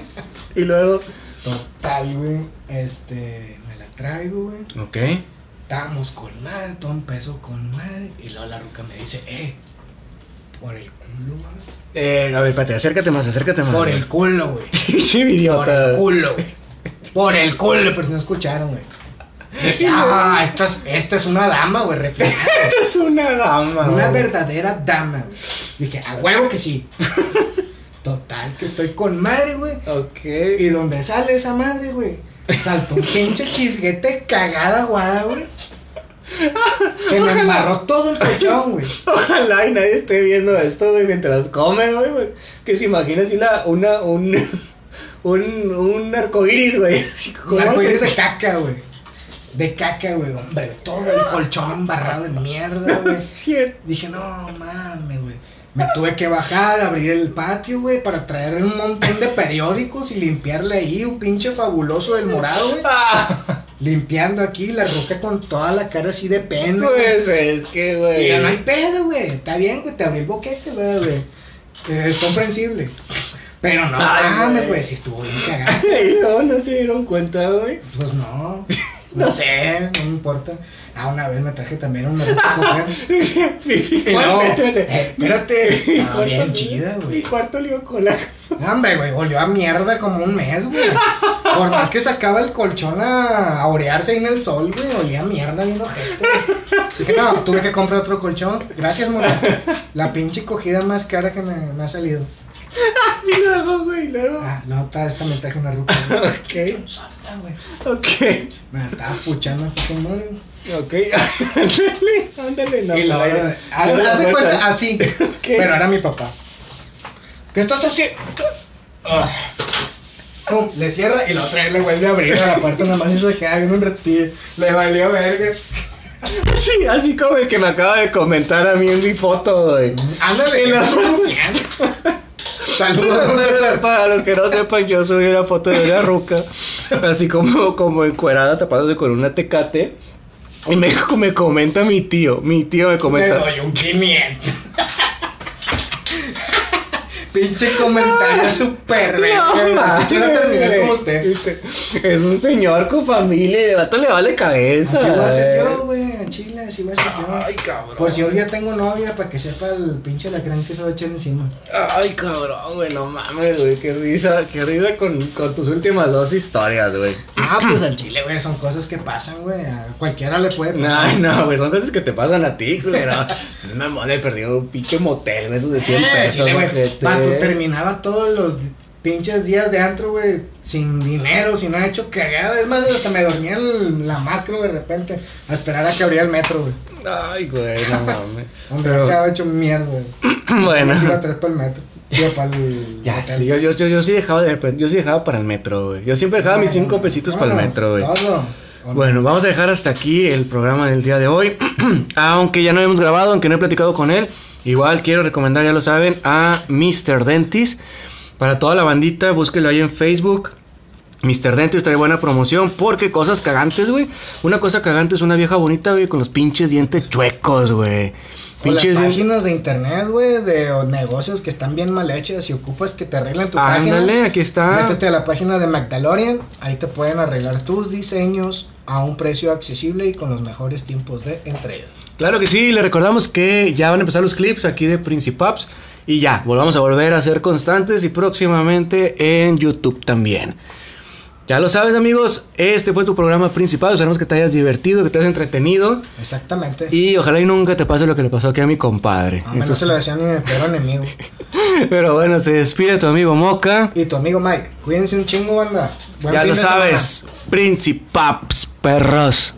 [SPEAKER 1] Y luego.
[SPEAKER 2] Total, güey. Este, me la traigo, güey.
[SPEAKER 1] Ok.
[SPEAKER 2] Estábamos con madre, todo empezó con madre. Y luego la ruca me dice, eh, por el culo, güey.
[SPEAKER 1] Eh, a ver, espérate, acércate más, acércate más.
[SPEAKER 2] Por el culo, güey.
[SPEAKER 1] Sí, sí,
[SPEAKER 2] Por el
[SPEAKER 1] idiota.
[SPEAKER 2] culo, güey. Por el culo, pero si no escucharon, güey. Dije, Ah, esta es, esta es una dama, güey, reflejada.
[SPEAKER 1] Esta es una dama.
[SPEAKER 2] Una
[SPEAKER 1] güey.
[SPEAKER 2] verdadera dama, güey. Dije, a huevo que sí. Total, que estoy con madre, güey.
[SPEAKER 1] Ok.
[SPEAKER 2] Y donde sale esa madre, güey. Saltó un pinche chisguete cagada guada, güey. Que me embarró todo el colchón, güey.
[SPEAKER 1] Ojalá y nadie esté viendo esto, güey, mientras come, güey, güey. Que se imagina así la, una, un, un, un arcoiris, güey. Así,
[SPEAKER 2] Un
[SPEAKER 1] ¿cómo
[SPEAKER 2] arcoíris
[SPEAKER 1] se-
[SPEAKER 2] de caca, güey. De caca, güey, hombre. Todo el colchón embarrado de mierda, güey.
[SPEAKER 1] Pues Cierto.
[SPEAKER 2] Dije, no mames, güey. Me tuve que bajar, abrir el patio, güey, para traer un montón de periódicos y limpiarle ahí un pinche fabuloso del morado, güey.
[SPEAKER 1] Ah,
[SPEAKER 2] Limpiando aquí, la roca con toda la cara así de pena. güey.
[SPEAKER 1] pues es que,
[SPEAKER 2] Y yo, no hay
[SPEAKER 1] güey.
[SPEAKER 2] pedo, güey. Está bien, güey. Te abrí el boquete, güey. güey. Eh, Es comprensible. Pero no
[SPEAKER 1] Ay,
[SPEAKER 2] mames,
[SPEAKER 1] güey.
[SPEAKER 2] güey. Si estuvo bien cagado.
[SPEAKER 1] Y luego no se dieron cuenta, güey.
[SPEAKER 2] Pues no. No sé, no me importa. Ah, una vez me traje también una ropa mujer.
[SPEAKER 1] Mi
[SPEAKER 2] Y luego,
[SPEAKER 1] cuarto-
[SPEAKER 2] eh, espérate.
[SPEAKER 1] Mi
[SPEAKER 2] Estaba bien
[SPEAKER 1] cuarto-
[SPEAKER 2] chida, güey.
[SPEAKER 1] Mi cuarto lío con la.
[SPEAKER 2] No, hombre, güey, olió a mierda como un mes, güey. Por más que sacaba el colchón a, a orearse ahí en el sol, güey, olía a mierda bien ojete, güey. Dije, no, tuve que comprar otro colchón. Gracias, mora. La pinche cogida más cara que me, me ha salido.
[SPEAKER 1] Y luego, güey, y luego.
[SPEAKER 2] Ah, la otra vez también traje una ruca. güey.
[SPEAKER 1] Ok,
[SPEAKER 2] Sonda, güey.
[SPEAKER 1] ok,
[SPEAKER 2] Me la estaba puchando aquí con madre.
[SPEAKER 1] ok. Ándale, ándale, no.
[SPEAKER 2] y la
[SPEAKER 1] güey.
[SPEAKER 2] hora Haz de cuenta, así. Pero era mi papá. ¿Qué estás haciendo? Ah. Pum, le cierra y lo trae, le vuelve a abrir a la puerta nomás y se queda viendo un reptil. Le valió verga.
[SPEAKER 1] Sí, así como el que me acaba de comentar a mí en mi foto, güey.
[SPEAKER 2] Ándale,
[SPEAKER 1] Y
[SPEAKER 2] le
[SPEAKER 1] la-
[SPEAKER 2] das un rufián. Saludos, don César.
[SPEAKER 1] Para los que no sepan, yo subí una foto de una ruca, así como, como encuerada, tapándose con una tecate. Y me, me comenta mi tío, mi tío me
[SPEAKER 2] Le
[SPEAKER 1] comenta.
[SPEAKER 2] doy un 500. Pinche comentario super verga. güey. Así quiero terminar como usted.
[SPEAKER 1] Es un señor con familia y de vato le vale cabeza. Eh.
[SPEAKER 2] Así voy a ser
[SPEAKER 1] güey.
[SPEAKER 2] yo, güey, a Chile, así voy a ser yo. Ay, cabrón. Por si hoy ya tengo novia, para que sepa el pinche lacrán que se va a echar encima.
[SPEAKER 1] Ay, cabrón, güey, no mames, güey. Qué risa, qué risa con, con tus últimas dos historias, güey.
[SPEAKER 2] Ah, pues al chile, güey, son cosas que pasan, güey. A cualquiera le puede pasar.
[SPEAKER 1] No, no, güey, son cosas que te pasan a ti, güey. No, me mole, perdí un pinche motel, güey, esos de 100
[SPEAKER 2] Eh, al
[SPEAKER 1] pesos,
[SPEAKER 2] chile, güey,
[SPEAKER 1] ojete.
[SPEAKER 2] vato, terminaba todos los pinches días de antro, güey, sin dinero, sin nada hecho cagada. Es más, hasta me dormía en la macro de repente, a esperar a que abría el metro, güey.
[SPEAKER 1] Ay, güey, no mames.
[SPEAKER 2] Hombre,
[SPEAKER 1] Pero,
[SPEAKER 2] acaba hecho mierda, güey. Me iba a
[SPEAKER 1] bueno.
[SPEAKER 2] traer para el metro. Iba para el.
[SPEAKER 1] Ya,
[SPEAKER 2] hotel.
[SPEAKER 1] sí, yo, yo, yo, yo sí dejaba de repente- yo sí dejaba para el metro, güey. Yo siempre dejaba mis cinco pesitos para el
[SPEAKER 2] Vámonos,
[SPEAKER 1] metro, güey.
[SPEAKER 2] todo.
[SPEAKER 1] Bueno, vamos a dejar hasta aquí el programa del día de hoy. aunque ya no hemos grabado, aunque no he platicado con él, igual quiero recomendar, ya lo saben, a Mr. Dentis. Para toda la bandita, búsquelo ahí en Facebook. Mr. Dentis trae buena promoción porque cosas cagantes, güey. Una cosa cagante es una vieja bonita, güey, con los pinches dientes chuecos, güey.
[SPEAKER 2] O las
[SPEAKER 1] Pinches dientes-
[SPEAKER 2] páginas de internet, güey, de o negocios que están bien mal hechas. Si ocupas que te arreglen tu página.
[SPEAKER 1] Ándale, aquí está.
[SPEAKER 2] Métete a la página de Magdalorian, ahí te pueden arreglar tus diseños a un precio accesible y con los mejores tiempos de entrega.
[SPEAKER 1] Claro que sí, le recordamos que ya van a empezar los clips aquí de Principaps y ya, volvamos a volver a ser constantes y próximamente en YouTube también. Ya lo sabes amigos, este fue tu programa principal, esperamos que te hayas divertido, que te hayas entretenido
[SPEAKER 2] Exactamente.
[SPEAKER 1] y ojalá y nunca te pase lo que le pasó aquí a mi compadre.
[SPEAKER 2] a menos
[SPEAKER 1] Eso-
[SPEAKER 2] Ah, se lo decían a mi peor enemigo.
[SPEAKER 1] Pero bueno, se despide tu amigo Moca,
[SPEAKER 2] Y tu amigo Mike, cuídense un chingo, banda. Buen
[SPEAKER 1] ya
[SPEAKER 2] fin
[SPEAKER 1] lo
[SPEAKER 2] de semana.
[SPEAKER 1] sabes, Principaps, perros.